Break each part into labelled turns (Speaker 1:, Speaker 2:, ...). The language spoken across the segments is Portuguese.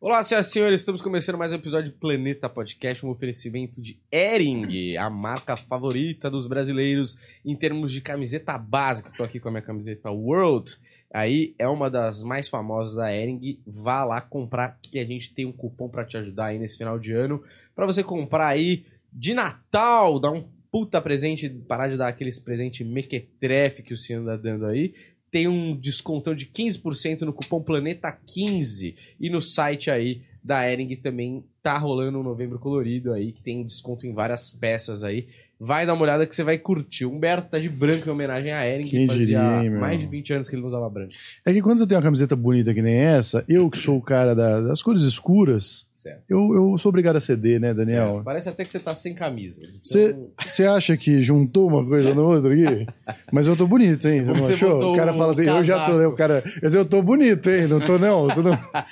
Speaker 1: Olá, senhoras e senhores, estamos começando mais um episódio do Planeta Podcast, um oferecimento de Ering, a marca favorita dos brasileiros em termos de camiseta básica. Estou aqui com a minha camiseta World, aí é uma das mais famosas da Ering. Vá lá comprar, que a gente tem um cupom para te ajudar aí nesse final de ano, para você comprar aí de Natal, dar um puta presente, parar de dar aqueles presente mequetrefe que o senhor anda dando aí tem um descontão de 15% no cupom Planeta15 e no site aí da Ering também tá rolando um novembro colorido aí, que tem desconto em várias peças aí. Vai dar uma olhada que você vai curtir. O Humberto tá de branco em homenagem à Ering, que
Speaker 2: Quem
Speaker 1: fazia
Speaker 2: diria, hein, meu?
Speaker 1: mais de 20 anos que ele não usava branco.
Speaker 2: É que quando você tem uma camiseta bonita que nem essa, eu que sou o cara da- das cores escuras,
Speaker 1: Certo.
Speaker 2: eu, eu sou obrigado a ceder, né,
Speaker 1: Certo.
Speaker 2: Daniel?
Speaker 1: Parece até que você tá sem camisa. Então,
Speaker 2: Você você acha que juntou uma coisa na outra aqui? Mas eu tô bonito, hein?
Speaker 1: bom
Speaker 2: Você
Speaker 1: que
Speaker 2: não
Speaker 1: você
Speaker 2: achou?
Speaker 1: botou
Speaker 2: O cara
Speaker 1: o
Speaker 2: fala assim, eu já tô, né? O cara. Quer dizer, eu tô bonito, hein? Não tô, não. Você não... É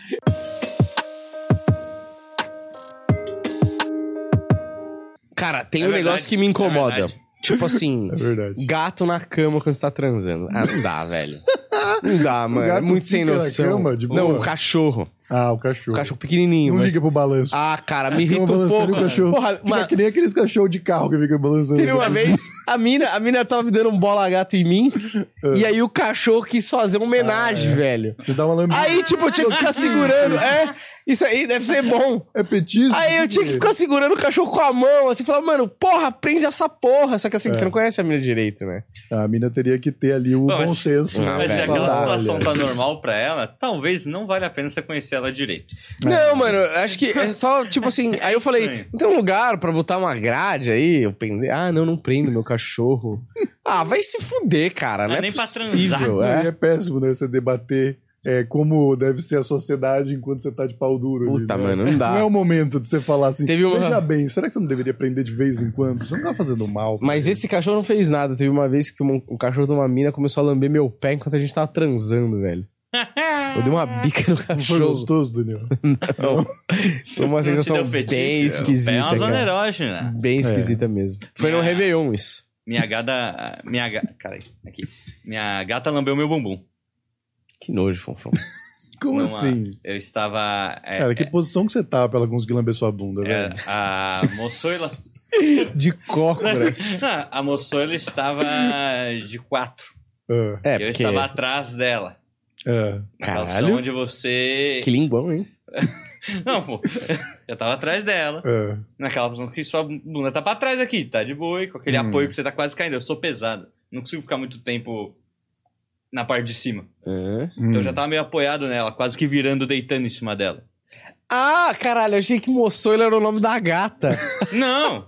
Speaker 1: Cara, tem
Speaker 3: É
Speaker 1: um
Speaker 3: verdade,
Speaker 1: negócio que me incomoda.
Speaker 3: é verdade.
Speaker 1: tipo assim,
Speaker 2: É verdade.
Speaker 1: gato na cama quando você tá transando. Ah, não dá, velho. Não dá, mano. É
Speaker 2: gato
Speaker 1: muito sem
Speaker 2: fica na
Speaker 1: noção.
Speaker 2: cama, de
Speaker 1: não,
Speaker 2: boa?
Speaker 1: o cachorro.
Speaker 2: Ah, o cachorro.
Speaker 1: O cachorro pequenininho.
Speaker 2: Não
Speaker 1: mas-
Speaker 2: liga pro balanço.
Speaker 1: Ah, cara, me
Speaker 2: Fica
Speaker 1: irrita um
Speaker 2: balançando
Speaker 1: pouco.
Speaker 2: e o cachorro.
Speaker 1: Porra,
Speaker 2: Fica né?
Speaker 1: mas
Speaker 2: que nem aqueles cachorros de carro que ficam balançando.
Speaker 1: teve uma vez, a mina, a mina tava me dando um bola gato em mim,
Speaker 2: É.
Speaker 1: e aí o cachorro quis fazer uma
Speaker 2: Ah,
Speaker 1: homenagem, velho.
Speaker 2: Você dá uma lambida.
Speaker 1: Aí, tipo, eu tinha que ficar segurando, é, isso aí deve ser bom.
Speaker 2: É petisco.
Speaker 1: Aí eu tinha que ficar segurando o cachorro com a mão, assim, falando, mano, porra, prende essa porra. Só que
Speaker 2: É.
Speaker 1: assim, você não conhece a mina direito, né?
Speaker 2: Ah, A mina teria que ter ali o
Speaker 3: Bom,
Speaker 2: bom
Speaker 3: mas-
Speaker 2: senso.
Speaker 1: Ah,
Speaker 3: Mas se
Speaker 2: é
Speaker 1: velho.
Speaker 3: aquela situação tá normal pra ela, talvez não vale a pena você conhecer ela direito.
Speaker 1: Não, mano, eu acho que é só, tipo assim, aí eu falei,
Speaker 3: estranho.
Speaker 1: não tem um lugar pra botar uma grade aí? Eu pendei, ah, não, não prendo meu cachorro. Ah, vai se fuder, cara, não é,
Speaker 3: nem pra transar.
Speaker 1: possível,
Speaker 2: Não,
Speaker 1: é.
Speaker 2: e é péssimo, né? Você debater é, como deve ser a sociedade enquanto você tá de pau duro. ali,
Speaker 1: Puta,
Speaker 2: né?
Speaker 1: mano, não dá.
Speaker 2: Não é o momento de você falar assim,
Speaker 1: Teve uma-
Speaker 2: veja bem, será que você não deveria prender de vez em quando? Você não tá fazendo mal.
Speaker 1: Mas esse cachorro não fez nada. Teve uma vez que um, um cachorro de uma mina começou a lamber meu pé enquanto a gente tava transando, velho. Eu dei uma bica no
Speaker 2: não foi
Speaker 1: cachorro.
Speaker 2: gostoso, Daniel?
Speaker 1: Foi uma
Speaker 3: Não te
Speaker 1: sensação
Speaker 3: deu fetiche?
Speaker 1: bem
Speaker 3: É
Speaker 1: esquisita.
Speaker 3: uma É. zona
Speaker 1: cara.
Speaker 3: erógena.
Speaker 1: Bem esquisita mesmo. Foi no
Speaker 3: É.
Speaker 1: Réveillon isso.
Speaker 3: Minha gata. Minha gata. Cara, aqui. Minha gata lambeu meu bumbum.
Speaker 1: Que nojo, Fonfão.
Speaker 2: Como
Speaker 3: Numa-
Speaker 2: assim?
Speaker 3: Eu estava. é,
Speaker 2: Cara, que posição que você tá pra ela conseguir lamber sua bunda, né?
Speaker 3: é,
Speaker 2: velho?
Speaker 3: a moçoila.
Speaker 1: De cócoras.
Speaker 3: a moçoila estava de quatro.
Speaker 2: É,
Speaker 1: É,
Speaker 3: eu
Speaker 1: porque...
Speaker 3: estava atrás dela.
Speaker 2: é.
Speaker 3: Aquela opção
Speaker 1: Caralho,
Speaker 3: Onde você.
Speaker 1: que linguão, hein?
Speaker 3: Não, pô. Eu estava atrás dela.
Speaker 2: é.
Speaker 3: Naquela posição que sua bunda tá pra trás aqui, tá de boa, e com aquele
Speaker 2: Hum.
Speaker 3: apoio que você tá quase caindo. Eu sou pesado. Não consigo ficar muito tempo na parte de cima.
Speaker 1: Hã?
Speaker 3: Então
Speaker 2: Hum.
Speaker 3: eu já tava meio apoiado nela, quase que virando, deitando em cima dela.
Speaker 1: Ah, caralho, eu achei que moçoila era o nome da gata.
Speaker 3: Não!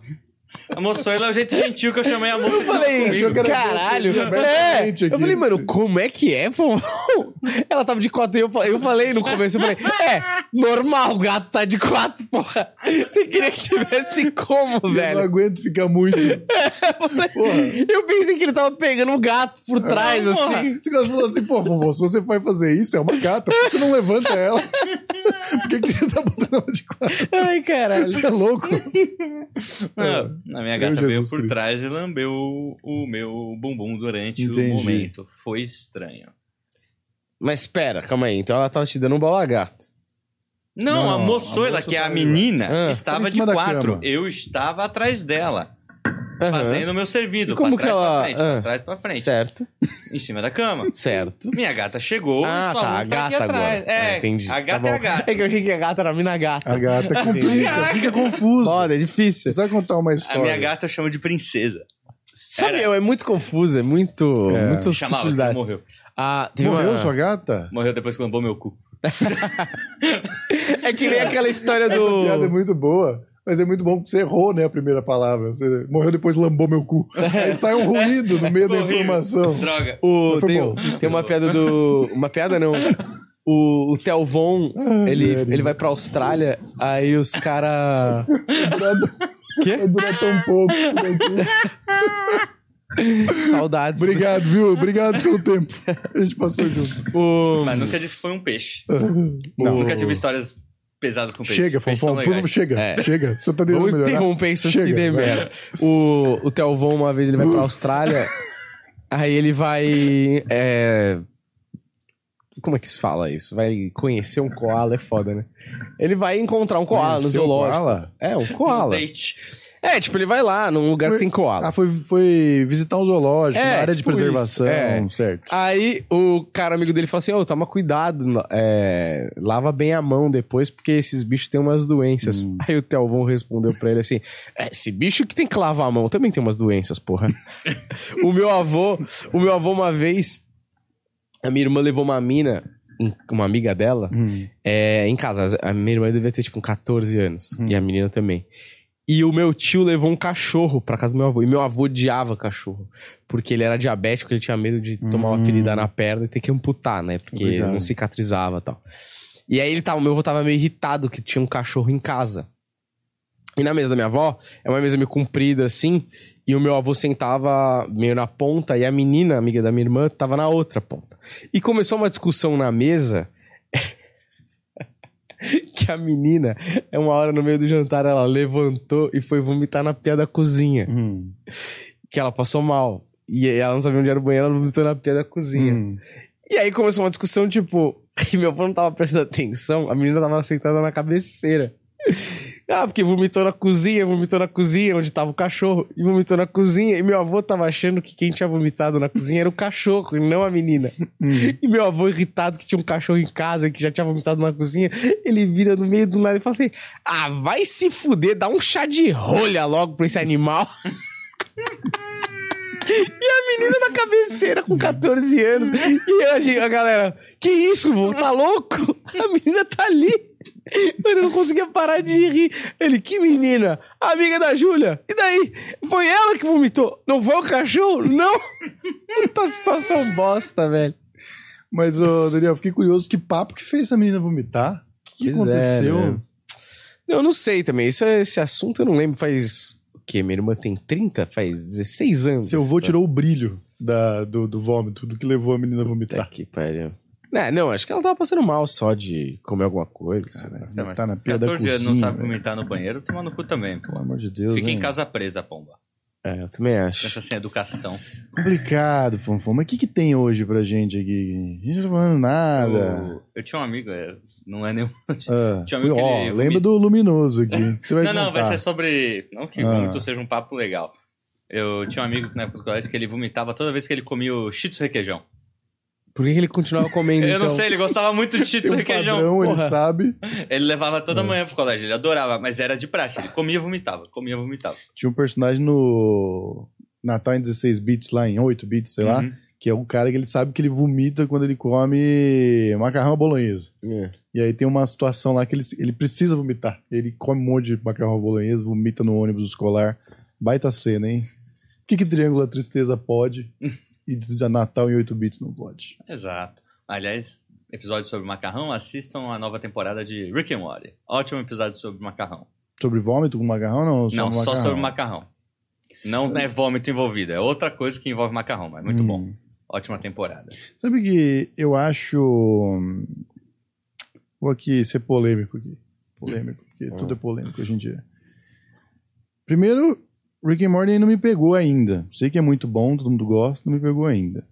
Speaker 3: A moçoila é o jeito gentil que eu chamei a moça.
Speaker 1: Eu falei,
Speaker 2: achou que era
Speaker 1: caralho.
Speaker 2: você
Speaker 1: É.
Speaker 2: abertamente
Speaker 1: Eu
Speaker 2: aqui.
Speaker 1: falei, mano, como é que é, pô? Ela tava de quatro e eu, fa- eu falei no começo, eu falei, é, normal, o gato tá de quatro, porra. Você queria que tivesse como,
Speaker 2: Eu não
Speaker 1: velho?
Speaker 2: aguento ficar muito. Porra.
Speaker 1: Eu pensei que ele tava pegando um gato por trás,
Speaker 3: Ah, porra.
Speaker 1: assim.
Speaker 2: Você gosta de falar assim, pô, vovô, se você vai fazer isso, é uma gata, por que você não levanta ela? Por que, que você tá botando ela de quatro?
Speaker 1: Ai, caralho.
Speaker 2: Você é louco?
Speaker 3: Na Ah, minha gata
Speaker 2: Meu
Speaker 3: veio
Speaker 2: Jesus
Speaker 3: por
Speaker 2: Cristo.
Speaker 3: trás e lambeu o, o meu bumbum durante
Speaker 2: Entendi.
Speaker 3: o momento. Foi estranho.
Speaker 1: Mas espera, calma aí. Então ela tava te dando um bola gato.
Speaker 3: Não,
Speaker 2: Não,
Speaker 3: a moçoila,
Speaker 2: a moça
Speaker 3: que é a
Speaker 2: tá-
Speaker 3: menina,
Speaker 1: Ah.
Speaker 2: Tava
Speaker 3: estava
Speaker 2: em
Speaker 3: de
Speaker 2: cima da
Speaker 3: quatro.
Speaker 2: cama.
Speaker 3: Eu estava atrás dela,
Speaker 1: Aham.
Speaker 3: fazendo o meu servido.
Speaker 1: E como
Speaker 3: pra trás,
Speaker 1: que ela-
Speaker 3: Pra frente,
Speaker 1: Ah.
Speaker 3: pra trás, pra frente.
Speaker 1: Certo,
Speaker 3: Em cima da cama.
Speaker 1: certo.
Speaker 3: Minha gata chegou,
Speaker 1: Ah,
Speaker 3: os famosos
Speaker 1: tá, a
Speaker 3: tá aqui
Speaker 1: gata
Speaker 3: atrás.
Speaker 1: agora.
Speaker 3: É,
Speaker 1: Ah, entendi.
Speaker 3: A gata
Speaker 1: Tá
Speaker 3: é a
Speaker 1: bom.
Speaker 3: gata.
Speaker 1: É que eu achei que a gata era a mina
Speaker 2: A
Speaker 1: gata.
Speaker 2: gata complica, fica confuso.
Speaker 1: Foda, é difícil.
Speaker 2: Precisa contar uma
Speaker 3: A
Speaker 2: história.
Speaker 3: minha gata eu chamo de princesa.
Speaker 1: Sabe, é muito confuso, é muito...
Speaker 2: É.
Speaker 1: muito
Speaker 3: Chamava, que
Speaker 1: possibilidade.
Speaker 3: morreu.
Speaker 1: Ah, teve
Speaker 2: Morreu
Speaker 1: uma...
Speaker 2: sua gata?
Speaker 3: Morreu depois que lambou meu cu.
Speaker 1: É que nem aquela história
Speaker 2: Essa piada é
Speaker 1: do.
Speaker 2: muito boa. Mas é muito bom porque você errou, né, a primeira palavra. Você morreu depois lambou meu cu.
Speaker 1: É.
Speaker 2: Aí sai um ruído no meio da
Speaker 3: Horrível.
Speaker 2: informação.
Speaker 3: Droga.
Speaker 1: O,
Speaker 2: Foi
Speaker 1: tem, um,
Speaker 2: bom.
Speaker 1: tem uma piada do. Uma piada não. O, o Telvon,
Speaker 2: Ai,
Speaker 1: ele,
Speaker 2: Ah, velho.
Speaker 1: ele vai pra Austrália, aí os cara.
Speaker 2: Vai durar tão pouco. isso daqui.
Speaker 1: Saudades.
Speaker 2: Obrigado, viu? Obrigado pelo tempo. A gente passou junto.
Speaker 1: O,
Speaker 3: Mas nunca disse que foi um peixe.
Speaker 2: Não.
Speaker 3: Nunca tive histórias pesadas com peixe.
Speaker 2: Chega,
Speaker 3: Peixes
Speaker 2: Fonfon.
Speaker 3: são
Speaker 2: Por favor,
Speaker 3: legais.
Speaker 2: chega,
Speaker 1: É. um
Speaker 2: chega. Você tá
Speaker 1: vou
Speaker 2: devendo melhorar.
Speaker 1: interromper isso antes que
Speaker 2: Chega,
Speaker 1: dê
Speaker 2: vai. Uh.
Speaker 1: merda. O, o Telvon, uma vez, ele vai pra Austrália, aí ele vai. é, Como é que se fala isso? Vai conhecer um koala, é foda, né? Ele vai encontrar um koala no
Speaker 2: Conheceu
Speaker 1: zoológico.
Speaker 2: koala?
Speaker 1: É, um
Speaker 3: Um
Speaker 1: koala.
Speaker 3: date.
Speaker 1: É, tipo, ele vai lá num lugar que tem koala.
Speaker 2: Ah, foi, foi visitar um zoológico,
Speaker 1: É,
Speaker 2: uma área de
Speaker 1: tipo isso,
Speaker 2: preservação,
Speaker 1: é.
Speaker 2: certo.
Speaker 1: Aí o cara amigo dele fala assim: Ô, toma cuidado, no- é, lava bem a mão depois, porque esses bichos têm umas doenças. Aí o Telvão respondeu pra ele assim: "É, Esse bicho que tem que lavar a mão também tem umas doenças, porra. o meu avô, o meu avô, uma vez, a minha irmã levou uma mina, um- uma amiga dela,
Speaker 2: Hum.
Speaker 1: é, em casa. A minha irmã devia ter, tipo, 14 anos. E a menina também. E o meu tio levou um cachorro pra casa do meu avô. E meu avô odiava cachorro. Porque ele era diabético, ele tinha medo de tomar uma ferida na perna e ter que amputar, né? Porque
Speaker 2: Obrigado.
Speaker 1: não cicatrizava e tal. E aí ele tava, meu avô tava meio irritado que tinha um cachorro em casa. E na mesa da minha avó, é uma mesa meio comprida assim, e o meu avô sentava meio na ponta e a menina, amiga da minha irmã, tava na outra ponta. E começou uma discussão na mesa que a menina, é uma hora no meio do jantar, ela levantou e foi vomitar na pia da cozinha,
Speaker 2: Hum.
Speaker 1: que ela passou mal. E ela não sabia onde era o banheiro, ela vomitou na pia da cozinha.
Speaker 2: Hum.
Speaker 1: E aí começou uma discussão, tipo, e meu avô não tava prestando atenção, a menina tava sentada na cabeceira. Ah, porque vomitou na cozinha, vomitou na cozinha, onde tava o cachorro, e vomitou na cozinha, e meu avô tava achando que quem tinha vomitado na cozinha era o cachorro, e não a menina. E meu avô, irritado que tinha um cachorro em casa, que já tinha vomitado na cozinha, ele vira no meio do nada e fala assim, ah, vai se fuder, dá um chá de rolha logo pra esse animal. E a menina na cabeceira com 14 anos. E a, gente- a galera, que isso, vô? Tá louco? A menina tá ali. Mano, eu não conseguia parar de rir. Ele, que menina? Amiga da Júlia. E daí? Foi ela que vomitou? Não foi o cachorro? Não. Puta situação bosta, velho.
Speaker 2: Mas, ô, Daniel, eu fiquei curioso que papo que fez essa menina vomitar? O que
Speaker 1: Pois é,
Speaker 2: aconteceu?
Speaker 1: né? Não, eu não sei também. Isso, é- esse assunto eu não lembro. Faz o quê? Minha irmã tem 30? Faz 16 anos.
Speaker 2: Seu avô
Speaker 1: Tá?
Speaker 2: tirou o brilho da- do, do vômito, do que levou a menina a vomitar.
Speaker 1: Puta que pariu. Não, não, acho que ela tava passando mal só de comer alguma coisa. sei lá.
Speaker 3: né?
Speaker 2: Não tá na pia da
Speaker 3: 14
Speaker 2: cozinha,
Speaker 3: anos não sabe
Speaker 1: né?
Speaker 2: velho.
Speaker 3: vomitar no banheiro, toma no cu também, pô.
Speaker 2: Pelo amor de Deus,
Speaker 3: Fica em
Speaker 2: né?
Speaker 3: casa presa, pomba.
Speaker 1: É, eu também acho.
Speaker 3: Pensa sem educação.
Speaker 2: Complicado, Fonfon. Mas o que, que tem hoje pra gente aqui? A gente não tá falando nada.
Speaker 3: Eu, eu tinha um amigo, é, não é nenhum.
Speaker 2: Ah,
Speaker 3: Tinha um amigo que
Speaker 2: ó,
Speaker 3: ele
Speaker 2: lembra
Speaker 3: vomita.
Speaker 2: do Luminoso aqui. que Você vai
Speaker 3: não, não, vai
Speaker 2: contar.
Speaker 3: ser sobre. Não que
Speaker 2: Ah.
Speaker 3: vômito seja um papo legal. Eu tinha um amigo que na época do colégio que ele vomitava toda vez que ele comia o Cheetos requeijão.
Speaker 1: Por que, que ele continuava comendo?
Speaker 3: Eu não
Speaker 1: então?
Speaker 3: sei, ele gostava muito de
Speaker 2: Tem
Speaker 3: Cheetos
Speaker 2: um
Speaker 3: requeijão.
Speaker 2: padrão, ele É.
Speaker 1: porra.
Speaker 2: sabe.
Speaker 3: Ele levava toda manhã pro colégio, ele adorava, mas era de praxe. Ele comia e vomitava, comia e vomitava.
Speaker 2: Tinha um personagem no Natal em 16 bits, lá em 8 bits, sei lá,
Speaker 3: Uhum.
Speaker 2: que é um cara que ele sabe que ele vomita quando ele come macarrão à bolonhesa.
Speaker 1: É.
Speaker 2: E aí tem uma situação lá que ele, ele precisa vomitar. Ele come um monte de macarrão à bolonhesa, vomita no ônibus escolar. Baita cena, hein? O que, que Triângulo da Tristeza pode e diz a Natal em 8 bits não pode?
Speaker 3: Exato. Aliás, episódio sobre macarrão, assistam a nova temporada de Rick and Morty. Ótimo episódio sobre macarrão.
Speaker 2: Sobre vômito com macarrão não? Sobre
Speaker 3: não, só
Speaker 2: macarrão.
Speaker 3: sobre macarrão. Não é vômito envolvido, é outra coisa que envolve macarrão, mas muito
Speaker 2: Hum.
Speaker 3: bom. Ótima temporada.
Speaker 2: Sabe que eu acho. Vou aqui ser polêmico aqui. Polêmico, porque tudo é polêmico hoje em dia. Primeiro, Rick and Morty não me pegou ainda. Sei que é muito bom, todo mundo gosta, não me pegou ainda.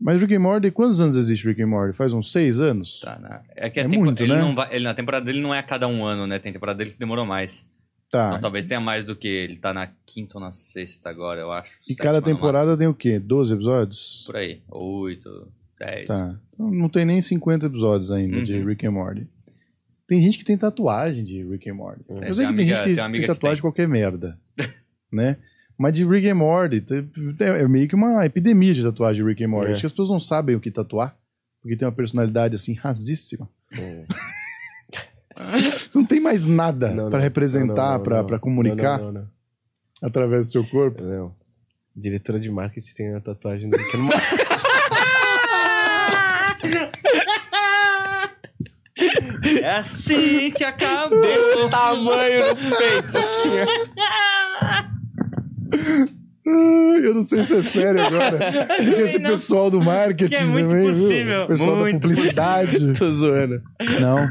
Speaker 2: Mas Rick and Morty, quantos anos existe Rick and Morty? Faz uns seis anos?
Speaker 3: Tá, na... É que a
Speaker 2: É
Speaker 3: tempo-
Speaker 2: muito,
Speaker 3: ele
Speaker 2: né?
Speaker 3: não vai- ele- na temporada dele não é a cada um ano, né? Tem temporada dele que demorou mais.
Speaker 2: Tá.
Speaker 3: Então talvez tenha mais do que ele tá na quinta ou na sexta agora, eu acho.
Speaker 2: e
Speaker 3: Sétima,
Speaker 2: cada
Speaker 3: no máximo.
Speaker 2: temporada tem o quê? 12 episódios?
Speaker 3: Por aí. Oito, dez.
Speaker 2: Tá. Então, não tem nem 50 episódios ainda de
Speaker 3: Uhum.
Speaker 2: Rick and Morty. Tem gente que tem tatuagem de Rick and Morty.
Speaker 1: É,
Speaker 2: Eu
Speaker 3: tem
Speaker 2: sei que tem
Speaker 3: uma amiga-
Speaker 2: gente
Speaker 3: tem
Speaker 2: que
Speaker 3: uma
Speaker 2: tem,
Speaker 3: amiga que
Speaker 2: tatuagem
Speaker 3: tem.
Speaker 2: de qualquer merda, né? Mas de Rick and Morty, t- é é meio que uma epidemia de tatuagem de Rick and Morty.
Speaker 1: É.
Speaker 2: Acho que as pessoas não sabem o que tatuar, porque tem uma personalidade, assim, rasíssima.
Speaker 1: É.
Speaker 2: Você não tem mais nada
Speaker 1: Não,
Speaker 2: pra
Speaker 1: não.
Speaker 2: representar,
Speaker 1: Não, não,
Speaker 2: pra-
Speaker 1: não.
Speaker 2: pra comunicar
Speaker 1: Não, não, não,
Speaker 2: através do seu corpo.
Speaker 1: não. Não. Diretora de marketing tem a tatuagem do Rick and Morty.
Speaker 3: É assim que a cabeça
Speaker 1: tamanho no peito, assim, ó.
Speaker 2: Ah, eu não sei se é sério agora. Porque esse
Speaker 3: Não.
Speaker 2: pessoal do marketing
Speaker 3: Que é muito
Speaker 2: também, viu?
Speaker 3: possível,
Speaker 2: O pessoal
Speaker 3: muito
Speaker 2: da publicidade.
Speaker 1: Tô zoando.
Speaker 2: Não.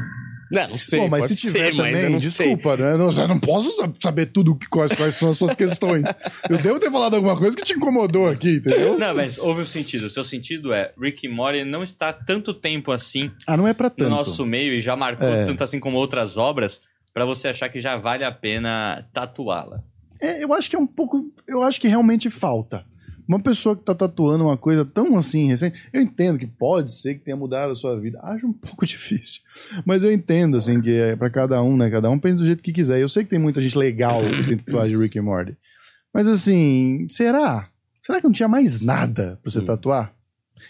Speaker 1: Não, não sei.
Speaker 2: Bom, mas
Speaker 1: pode
Speaker 2: se tiver
Speaker 1: ser, mas eu
Speaker 2: também,
Speaker 1: não sei.
Speaker 2: desculpa, né? Eu não- Eu não posso sa- saber tudo que- quais, quais são as suas questões. Eu devo ter falado alguma coisa que te incomodou aqui, entendeu?
Speaker 3: Não, mas houve o sentido. O seu sentido é, Rick Mori não está tanto tempo assim
Speaker 2: Ah, não é pra
Speaker 3: no
Speaker 2: tanto.
Speaker 3: nosso meio e já marcou
Speaker 2: É.
Speaker 3: tanto assim como outras obras pra você achar que já vale a pena tatuá-la.
Speaker 2: É, eu acho que é um pouco. Eu acho que realmente falta. Uma pessoa que tá tatuando uma coisa tão assim recente, eu entendo que pode ser que tenha mudado a sua vida. Acho um pouco difícil. Mas eu entendo, assim, que é pra cada um, né? Cada um pensa do jeito que quiser. Eu sei que tem muita gente legal que tem tatuagem de Rick and Morty. Mas assim, será? Será que não tinha mais nada pra você
Speaker 1: Hum.
Speaker 2: tatuar?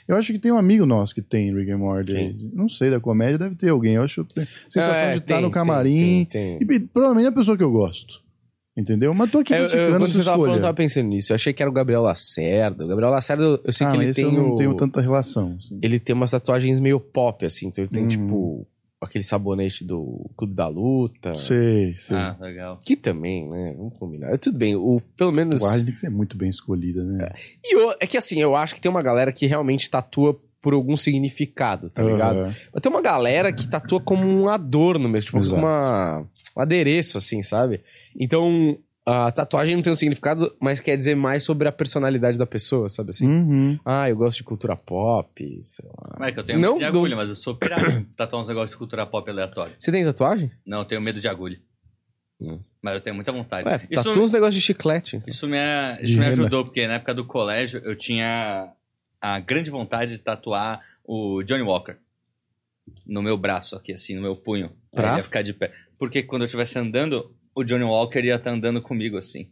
Speaker 2: Eu acho que tem um amigo nosso que tem Rick and Morty.
Speaker 1: Sim.
Speaker 2: Não sei, da comédia deve ter alguém. Eu acho que tem sensação
Speaker 1: É,
Speaker 2: de estar
Speaker 1: tem,
Speaker 2: no
Speaker 1: tem,
Speaker 2: camarim.
Speaker 1: tem, tem.
Speaker 2: E provavelmente é a pessoa que eu gosto. Entendeu? Mas tô aqui
Speaker 1: É, eu-
Speaker 2: criticando
Speaker 1: quando
Speaker 2: essa
Speaker 1: você tava falando,
Speaker 2: escolha.
Speaker 1: eu tava pensando nisso. Eu achei que era o Gabriel Lacerda. O Gabriel Lacerda, eu- eu sei
Speaker 2: ah,
Speaker 1: assim, que
Speaker 2: mas
Speaker 1: ele
Speaker 2: esse
Speaker 1: tem,
Speaker 2: eu não
Speaker 1: o-
Speaker 2: tenho tanta relação. assim.
Speaker 1: ele tem umas tatuagens meio pop, assim. Então ele tem,
Speaker 2: Uhum.
Speaker 1: tipo, aquele sabonete do Clube da Luta.
Speaker 2: Sei, sei.
Speaker 3: Ah, legal.
Speaker 1: Que também, né? Vamos combinar. Tudo bem, o, pelo menos.
Speaker 2: O Arlen tem que ser muito bem escolhida, né?
Speaker 1: E o- é que assim, eu acho que tem uma galera que realmente tatua por algum significado, tá ligado?
Speaker 2: Aham.
Speaker 1: Mas tem uma galera que tatua como um adorno mesmo, tipo,
Speaker 2: Exato.
Speaker 1: como uma, um adereço, assim, sabe? Então, a tatuagem não tem um significado, mas quer dizer mais sobre a personalidade da pessoa, sabe assim?
Speaker 2: Uhum.
Speaker 1: Ah, eu gosto de cultura pop, sei lá.
Speaker 3: Não é que eu tenho
Speaker 1: Não
Speaker 3: medo de
Speaker 1: do-
Speaker 3: agulha, mas eu sou pirata. tatuar uns negócios de cultura pop aleatório.
Speaker 1: Você tem tatuagem?
Speaker 3: Não, eu tenho medo de agulha.
Speaker 1: Hum.
Speaker 3: Mas eu tenho muita vontade.
Speaker 1: Ué,
Speaker 3: isso,
Speaker 1: tatua uns negócios de chiclete.
Speaker 3: isso me, é,
Speaker 2: De
Speaker 3: isso me
Speaker 2: renda.
Speaker 3: ajudou, porque na época do colégio eu tinha a grande vontade de tatuar o Johnny Walker no meu braço aqui, assim, no meu punho. Pra
Speaker 1: Pra?
Speaker 3: ele ia ficar de pé. Porque quando eu estivesse andando, o Johnny Walker ia estar andando comigo, assim.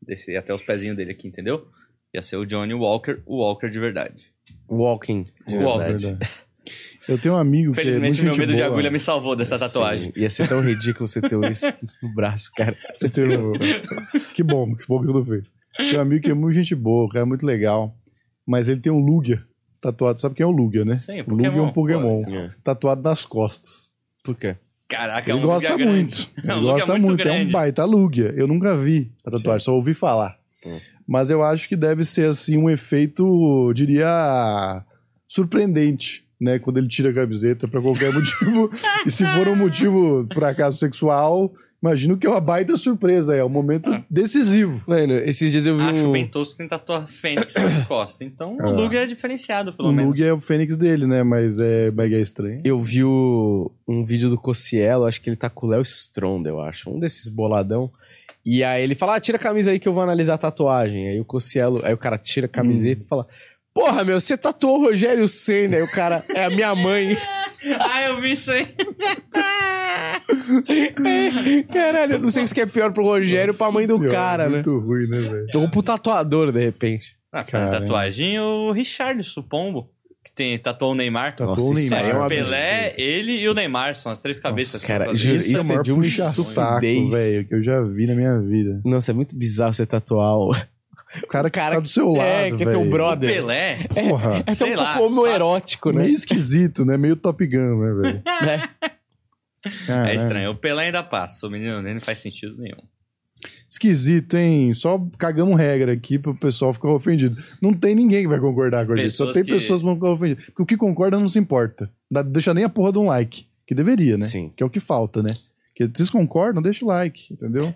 Speaker 3: Descer até os pezinhos dele aqui, entendeu? Ia ser o Johnny Walker, o Walker de verdade.
Speaker 1: Walking. de
Speaker 3: Walking.
Speaker 1: verdade.
Speaker 2: É Verdade. Eu tenho um amigo que é
Speaker 3: Felizmente,
Speaker 2: muito
Speaker 3: meu
Speaker 2: gente
Speaker 3: medo de
Speaker 2: boa.
Speaker 3: agulha me salvou dessa tatuagem.
Speaker 1: Sim, ia ser tão ridículo você ter isso no braço, cara.
Speaker 2: Eu tenho- Que bom, que bom que eu não fiz. Tem um amigo que é muito gente boa, o cara é muito legal. Mas ele tem um Lugia tatuado. Sabe quem é o Lugia, né?
Speaker 3: Sim,
Speaker 2: O Lugia é um Pokémon
Speaker 3: Pô,
Speaker 2: tatuado nas costas.
Speaker 1: Por quê?
Speaker 3: Caraca, é
Speaker 2: Ele
Speaker 3: um
Speaker 2: gosta
Speaker 3: lugar grande.
Speaker 2: muito. Ele
Speaker 3: É um lugar
Speaker 2: gosta
Speaker 3: muito
Speaker 2: muito. É
Speaker 3: grande.
Speaker 2: um baita Lugia. Eu nunca vi a tatuagem, só ouvi falar.
Speaker 3: É.
Speaker 1: Hum.
Speaker 2: Mas eu acho que deve ser assim um efeito, eu diria, surpreendente, né? Quando ele tira a camiseta pra qualquer motivo. e se for um motivo por acaso sexual, imagino que é uma baita surpresa, é um momento decisivo.
Speaker 1: Mano, esses dias eu vi
Speaker 3: Acho
Speaker 1: um...
Speaker 3: bem tosco tentar tatuar Fênix nas costas. Então
Speaker 2: é Ah.
Speaker 3: o Lugia é diferenciado, pelo
Speaker 2: o
Speaker 3: menos.
Speaker 2: Lugia é o fênix dele, né? Mas é mega estranho.
Speaker 1: Eu vi o- um vídeo do Cossielo, acho que ele tá com o Léo Stronda, eu acho. Um desses boladão. E aí ele fala, ah, tira a camisa aí que eu vou analisar a tatuagem. Aí o Cossielo, aí o cara tira a camiseta e fala, porra, meu, você tatuou o Rogério Senna. Aí o cara, é a minha mãe.
Speaker 3: Ah, eu vi isso aí.
Speaker 1: Caralho, eu não sei se que é pior pro Rogério ou pra mãe do
Speaker 2: Nossa senhora,
Speaker 1: cara, né?
Speaker 2: Muito ruim, né, velho?
Speaker 1: Ou pro tatuador, de repente.
Speaker 3: Ah, cara,
Speaker 2: Caramba.
Speaker 3: tatuagem o Richard Supombo, que tem, tatuou o Neymar.
Speaker 2: Tatuou
Speaker 1: Nossa,
Speaker 2: o
Speaker 1: isso aí
Speaker 2: Neymar.
Speaker 1: é um
Speaker 3: o Pelé, ele e o Neymar são as três cabeças.
Speaker 1: Nossa,
Speaker 3: que
Speaker 1: cara,
Speaker 3: são só-
Speaker 1: juro,
Speaker 2: Esse
Speaker 1: isso é
Speaker 2: é o maior
Speaker 1: de uma
Speaker 2: puxa-saco,
Speaker 1: estupidez.
Speaker 2: velho, que eu já vi na minha vida.
Speaker 1: Nossa, é muito bizarro você tatuar o...
Speaker 2: O cara que
Speaker 1: Cara
Speaker 2: tá do seu lado,
Speaker 1: é, que é teu
Speaker 2: velho.
Speaker 3: O
Speaker 1: brother.
Speaker 3: Pelé,
Speaker 2: Porra.
Speaker 1: É tão
Speaker 3: Sei
Speaker 1: um
Speaker 3: lá,
Speaker 1: pouco homoerótico, né?
Speaker 2: Meio esquisito, né? Meio Top Gun, né, velho?
Speaker 1: É.
Speaker 2: Caramba.
Speaker 3: é estranho. O Pelé ainda passa. O menino nem não faz sentido nenhum.
Speaker 2: Esquisito, hein? Só cagamos regra aqui pro pessoal ficar ofendido. Não tem ninguém que vai concordar com a gente. Só
Speaker 3: Pessoas
Speaker 2: tem
Speaker 3: que-
Speaker 2: pessoas que vão ficar ofendidas. Porque o que concorda não se importa. Não deixa nem a porra de um like. Que deveria, né?
Speaker 1: Sim.
Speaker 2: Que é o que falta, né? Que vocês concordam, deixa o like, entendeu?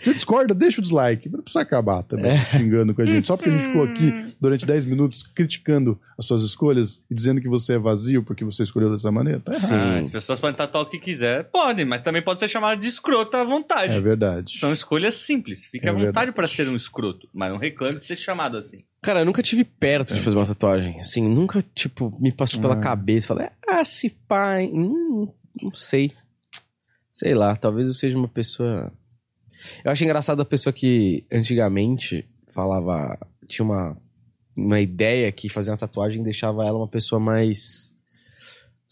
Speaker 2: Você discorda, deixa o dislike. Não precisa acabar também xingando com a gente. Só porque a gente ficou aqui durante 10 minutos criticando as suas escolhas e dizendo que você é vazio porque você escolheu dessa maneira. Tá errado.
Speaker 1: Sim.
Speaker 3: Ah, as pessoas podem tatuar o que quiser. Podem, mas também pode ser chamado de escroto à vontade.
Speaker 2: É verdade.
Speaker 3: São escolhas simples. Fique
Speaker 2: É
Speaker 3: à vontade
Speaker 2: verdade.
Speaker 3: pra ser um escroto, mas não reclame de ser chamado assim.
Speaker 1: Cara, eu nunca tive perto de fazer uma tatuagem. Assim, nunca, tipo, me passou pela
Speaker 2: É. Ah.
Speaker 1: cabeça. Falei, ah, se pai. Hum, não sei. Sei lá, talvez eu seja uma pessoa. Eu acho engraçado a pessoa que antigamente falava. Tinha uma, uma ideia que fazer uma tatuagem deixava ela uma pessoa mais.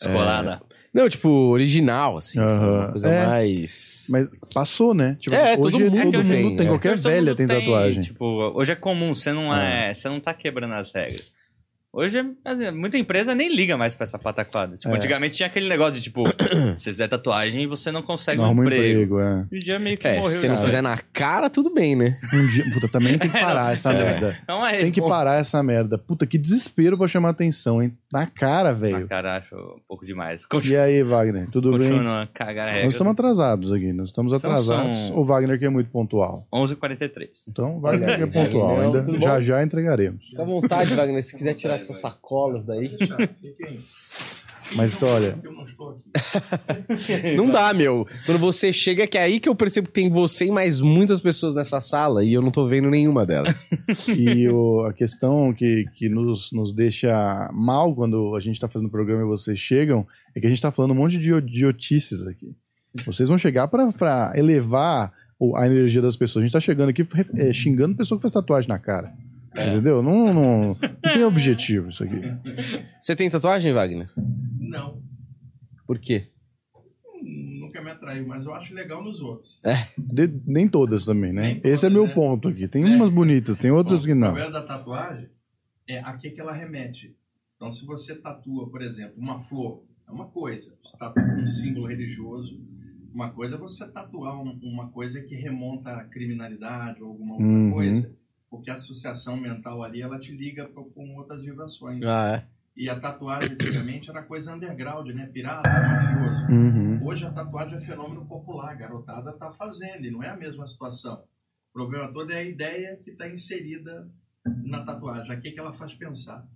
Speaker 2: É,
Speaker 3: Escolada.
Speaker 1: Não, tipo, original, assim. sabe? Uma
Speaker 2: Aham.
Speaker 1: coisa
Speaker 2: É.
Speaker 1: mais.
Speaker 2: Mas passou, né? Tipo,
Speaker 1: É, todo
Speaker 2: hoje
Speaker 1: mundo
Speaker 2: todo mundo
Speaker 1: tem,
Speaker 2: tem.
Speaker 1: né?
Speaker 2: Qualquer
Speaker 3: Hoje todo
Speaker 2: é velha
Speaker 3: mundo
Speaker 2: tem tatuagem.
Speaker 3: é, Tipo, hoje é comum, você não é, você não tá quebrando as regras. Hoje, assim, muita empresa nem liga mais pra essa pataquada. Tipo,
Speaker 2: É.
Speaker 3: antigamente tinha aquele negócio de, tipo, você fizer tatuagem e você não consegue
Speaker 2: Arruma
Speaker 3: um
Speaker 2: um
Speaker 3: emprego.
Speaker 2: emprego, é.
Speaker 3: E o dia meio que
Speaker 1: É,
Speaker 3: morreu.
Speaker 1: se você não
Speaker 3: isso.
Speaker 1: fizer na cara, tudo bem, né?
Speaker 2: Um dia, puta, também tem que parar essa merda.
Speaker 3: Então é,
Speaker 2: Tem que
Speaker 3: bom,
Speaker 2: parar essa merda. Puta, que desespero pra chamar atenção, hein? Na cara,
Speaker 3: Ah,
Speaker 2: velho.
Speaker 3: cara, acho um pouco demais.
Speaker 2: E
Speaker 3: Continua,
Speaker 2: aí, Wagner, tudo bem?
Speaker 3: continua a cagar a regra.
Speaker 2: Nós estamos atrasados aqui, nós estamos
Speaker 3: Então
Speaker 2: atrasados.
Speaker 3: são-
Speaker 2: O Wagner que é muito pontual.
Speaker 3: 11h43.
Speaker 2: Então,
Speaker 1: Olha
Speaker 2: Wagner
Speaker 1: aí,
Speaker 2: que é pontual.
Speaker 1: Wagner,
Speaker 2: Ainda,
Speaker 1: tudo bom?
Speaker 2: já já entregaremos.
Speaker 1: Fica à vontade, Wagner, se quiser tirar essas sacolas daí.
Speaker 2: Mas olha,
Speaker 1: Não dá, meu. Quando você chega, que é aí que eu percebo que tem você e mais muitas pessoas nessa sala e eu não tô vendo nenhuma delas.
Speaker 2: e o- a questão que, que nos, nos deixa mal quando a gente está fazendo o programa e vocês chegam é que a gente está falando um monte de idiotices aqui. Vocês vão chegar para elevar o- a energia das pessoas. A gente está chegando aqui é, xingando pessoa que faz tatuagem na cara.
Speaker 4: É.
Speaker 1: É.
Speaker 2: Entendeu? Não, não, não tem objetivo isso aqui.
Speaker 1: Você tem tatuagem, Wagner?
Speaker 4: Não,
Speaker 1: Por quê?
Speaker 4: nunca me atraiu, mas eu acho legal nos outros.
Speaker 2: De- nem todas também, né?
Speaker 4: Nem
Speaker 2: Esse é
Speaker 4: todas,
Speaker 2: meu
Speaker 4: né? tá
Speaker 2: ponto aqui. Tem
Speaker 4: É.
Speaker 2: umas bonitas, tem outras que
Speaker 4: O
Speaker 2: não.
Speaker 4: problema da tatuagem é a que, que ela remete. Então, se você tatua, por exemplo, uma flor, é uma coisa. Você tatua um símbolo religioso. Uma coisa é você tatuar um- uma coisa que remonta à criminalidade ou alguma outra
Speaker 2: Uhum.
Speaker 4: coisa. Porque a associação mental ali, ela te liga pro- com outras vibrações.
Speaker 1: Ah, é.
Speaker 4: E a tatuagem, antigamente, era coisa underground, né? Pirata, mafioso.
Speaker 2: Uhum.
Speaker 4: Hoje a tatuagem é fenômeno popular, a garotada tá fazendo, e não é a mesma situação. O problema todo é a ideia que está inserida na tatuagem, a que, que ela faz pensar.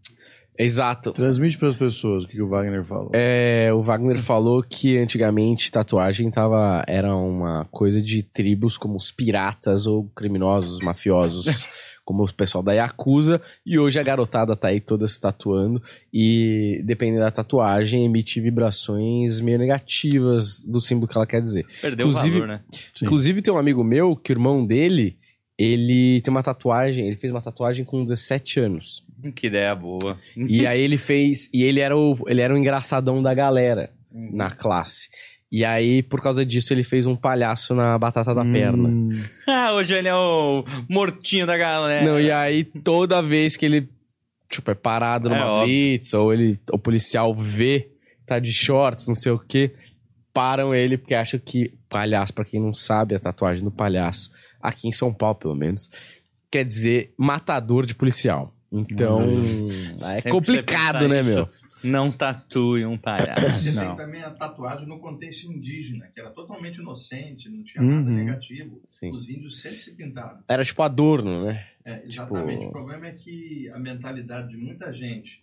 Speaker 1: Exato.
Speaker 2: Transmite para as pessoas o que o Wagner falou.
Speaker 1: É, o Wagner falou que antigamente tatuagem tava, era uma coisa de tribos como os piratas ou criminosos, mafiosos, como o pessoal da Yakuza. E hoje a garotada tá aí toda se tatuando e, dependendo da tatuagem, emite vibrações meio negativas do símbolo que ela quer dizer.
Speaker 3: Perdeu
Speaker 1: Inclusive-
Speaker 3: o valor, né?
Speaker 2: Sim.
Speaker 1: Inclusive, tem um amigo meu, que o irmão dele, ele tem uma tatuagem, ele fez uma tatuagem com 17 anos.
Speaker 3: Que ideia boa.
Speaker 1: E aí ele fez. E ele era o, ele era o engraçadão da galera na classe. E aí, por causa disso, ele fez um palhaço tá na batata da perna.
Speaker 2: Hum.
Speaker 3: Ah, hoje ele é o mortinho da né? galera.
Speaker 1: Não, e aí toda vez que ele, tipo, é parado
Speaker 3: É,
Speaker 1: numa
Speaker 3: óbvio.
Speaker 1: blitz, ou ele, o policial vê, tá de shorts, não sei o quê, param ele porque acham que palhaço, pra quem não sabe, a tatuagem do palhaço, aqui em São Paulo, pelo menos, quer dizer matador de policial. Então, é
Speaker 3: Hum. Sempre
Speaker 1: complicado,
Speaker 3: você
Speaker 1: né,
Speaker 3: pensar
Speaker 1: meu?
Speaker 3: isso, Não tatue um palhaço.
Speaker 4: Você
Speaker 2: Não.
Speaker 4: tem também a tatuagem no contexto indígena, que era totalmente inocente, não tinha nada
Speaker 2: Uhum.
Speaker 4: negativo.
Speaker 1: Sim.
Speaker 4: Os índios sempre se pintaram.
Speaker 1: Era tipo adorno, né?
Speaker 4: É,
Speaker 1: Tipo-
Speaker 4: exatamente. O problema é que a mentalidade de muita gente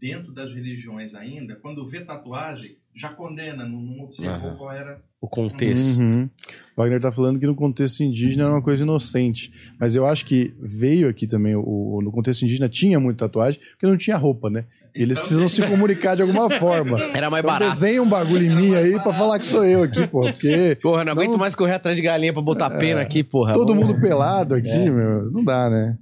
Speaker 4: dentro das religiões ainda, quando vê tatuagem, já condena, não, não observou
Speaker 1: Aham.
Speaker 4: qual era.
Speaker 1: O contexto.
Speaker 2: Uhum. Wagner tá falando que no contexto indígena era uma coisa inocente. Mas eu acho que veio aqui também, o- o, no contexto indígena tinha muita tatuagem, porque não tinha roupa, né? E eles
Speaker 4: Então,
Speaker 2: precisam se comunicar de alguma forma.
Speaker 3: É
Speaker 1: Era mais
Speaker 2: Então
Speaker 1: barato.
Speaker 2: desenha um bagulho em mim aí pra falar que sou eu aqui, pô. Porque
Speaker 1: Porra, não aguento
Speaker 2: Não- É.
Speaker 1: mais correr atrás de galinha pra botar pena aqui,
Speaker 3: Tá
Speaker 1: porra.
Speaker 2: todo
Speaker 1: Vamos-
Speaker 2: mundo pelado aqui, meu, não dá, né?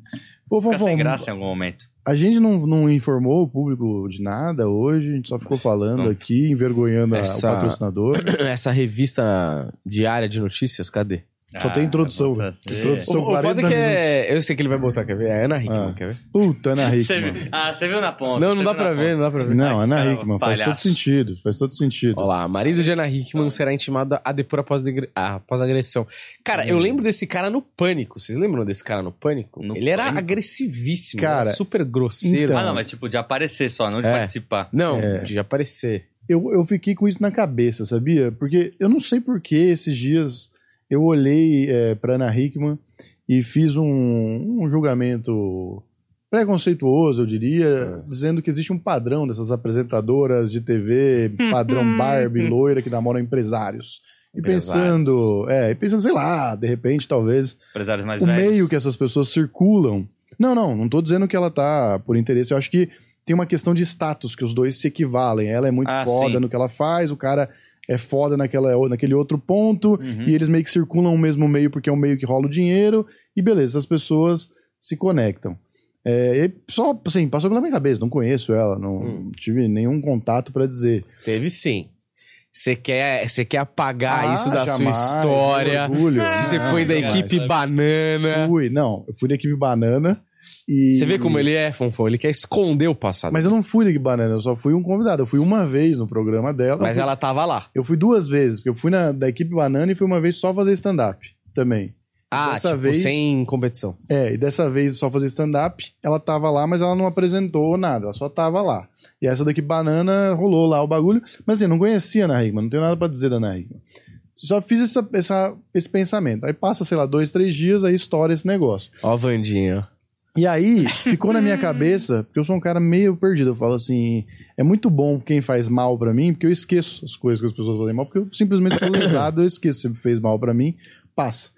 Speaker 2: Pô,
Speaker 3: É. Fica sem
Speaker 2: Fofão,
Speaker 3: graça em algum momento.
Speaker 2: A gente não, não informou o público de nada hoje, a gente só ficou falando
Speaker 3: Não.
Speaker 2: aqui, envergonhando a-
Speaker 1: Essa-
Speaker 2: o patrocinador.
Speaker 1: Essa revista diária de notícias, cadê?
Speaker 2: Só tem introdução,
Speaker 3: Ah, vou
Speaker 2: velho.
Speaker 3: fazer.
Speaker 2: Introdução. São
Speaker 1: O- o foda
Speaker 2: 40
Speaker 1: que é... Eu sei que ele vai botar, quer ver? É Ana Hickman,
Speaker 2: Ah.
Speaker 1: quer ver?
Speaker 2: Puta, Ana
Speaker 3: Você
Speaker 2: Hickman.
Speaker 3: viu- Ah, você viu na ponta.
Speaker 1: Não,
Speaker 3: você
Speaker 1: não dá
Speaker 3: viu na
Speaker 1: pra ver,
Speaker 3: ponta.
Speaker 1: não dá pra ver. é
Speaker 2: Não, Ana
Speaker 3: cara,
Speaker 2: Hickman, faz todo
Speaker 3: palhaço.
Speaker 2: sentido, faz todo sentido.
Speaker 1: Olha lá, marido de Ana Hickman será intimado a depor após, degre- ah, após agressão. Cara, eu lembro desse cara no Pânico. Vocês lembram desse cara no Pânico?
Speaker 3: Hum. No
Speaker 1: ele era
Speaker 3: Pânico?
Speaker 1: agressivíssimo,
Speaker 2: Cara,
Speaker 1: era super grosseiro.
Speaker 2: então.
Speaker 3: Ah, não, mas tipo, de aparecer só, não de
Speaker 1: É.
Speaker 3: participar.
Speaker 1: Não,
Speaker 2: É.
Speaker 1: de aparecer.
Speaker 2: Eu, eu fiquei com isso na cabeça, sabia? Porque eu não sei por que esses dias eu olhei é, pra Ana Hickman e fiz um, um julgamento preconceituoso, eu diria, dizendo que existe um padrão dessas apresentadoras de TV, padrão Barbie, loira, que namoram empresários. E
Speaker 1: Empresários.
Speaker 2: pensando, é, e pensando, sei lá, de repente, talvez,
Speaker 3: Empresários mais
Speaker 2: o
Speaker 3: velhos.
Speaker 2: meio que essas pessoas circulam. Não, não, não tô dizendo que ela tá por interesse. Eu acho que tem uma questão de status, que os dois se equivalem. Ela é muito
Speaker 3: Ah,
Speaker 2: foda
Speaker 3: sim.
Speaker 2: no que ela faz, o cara é foda naquela, naquele outro ponto,
Speaker 3: Uhum.
Speaker 2: e eles meio que circulam o mesmo meio porque é um meio que rola o dinheiro, e beleza, as pessoas se conectam. É, e só, assim, passou pela minha cabeça, não conheço ela, não
Speaker 1: Hum.
Speaker 2: tive nenhum contato pra dizer.
Speaker 1: Teve sim. Você quer, você quer apagar Ah, isso da
Speaker 2: Ah, jamais,
Speaker 1: sua história.
Speaker 2: orgulho.
Speaker 1: Que você
Speaker 2: Não,
Speaker 1: foi da
Speaker 2: Ah, jamais.
Speaker 1: equipe banana.
Speaker 2: Fui, não, eu fui da equipe banana. E-
Speaker 1: Você vê como ele é, Fonfon? Ele quer esconder o passado.
Speaker 2: Mas eu não fui de Banana, eu só fui um convidado. Eu fui uma vez no programa dela.
Speaker 1: Mas
Speaker 2: eu fui,
Speaker 1: ela tava lá.
Speaker 2: eu fui duas vezes, porque eu fui na, da equipe Banana e fui uma vez só fazer stand-up também.
Speaker 1: Ah,
Speaker 2: Dessa
Speaker 1: tipo,
Speaker 2: vez-
Speaker 1: sem competição.
Speaker 2: É, e dessa vez só fazer stand-up, ela tava lá, mas ela não apresentou nada, ela só tava lá. E essa daqui, banana, rolou lá o bagulho. Mas assim, não conhecia a Ana Hickman, não tenho nada pra dizer da Ana Hickman. Só fiz essa, essa- esse pensamento. Aí passa, sei lá, dois, três dias, aí estoura esse negócio.
Speaker 1: Ó, Vandinha.
Speaker 2: E aí, ficou na minha cabeça, porque eu sou um cara meio perdido. Eu falo assim, é muito bom quem faz mal pra mim, porque eu esqueço as coisas que as pessoas fazem mal, porque eu simplesmente sou lesado, eu esqueço. Se fez mal pra mim, passa.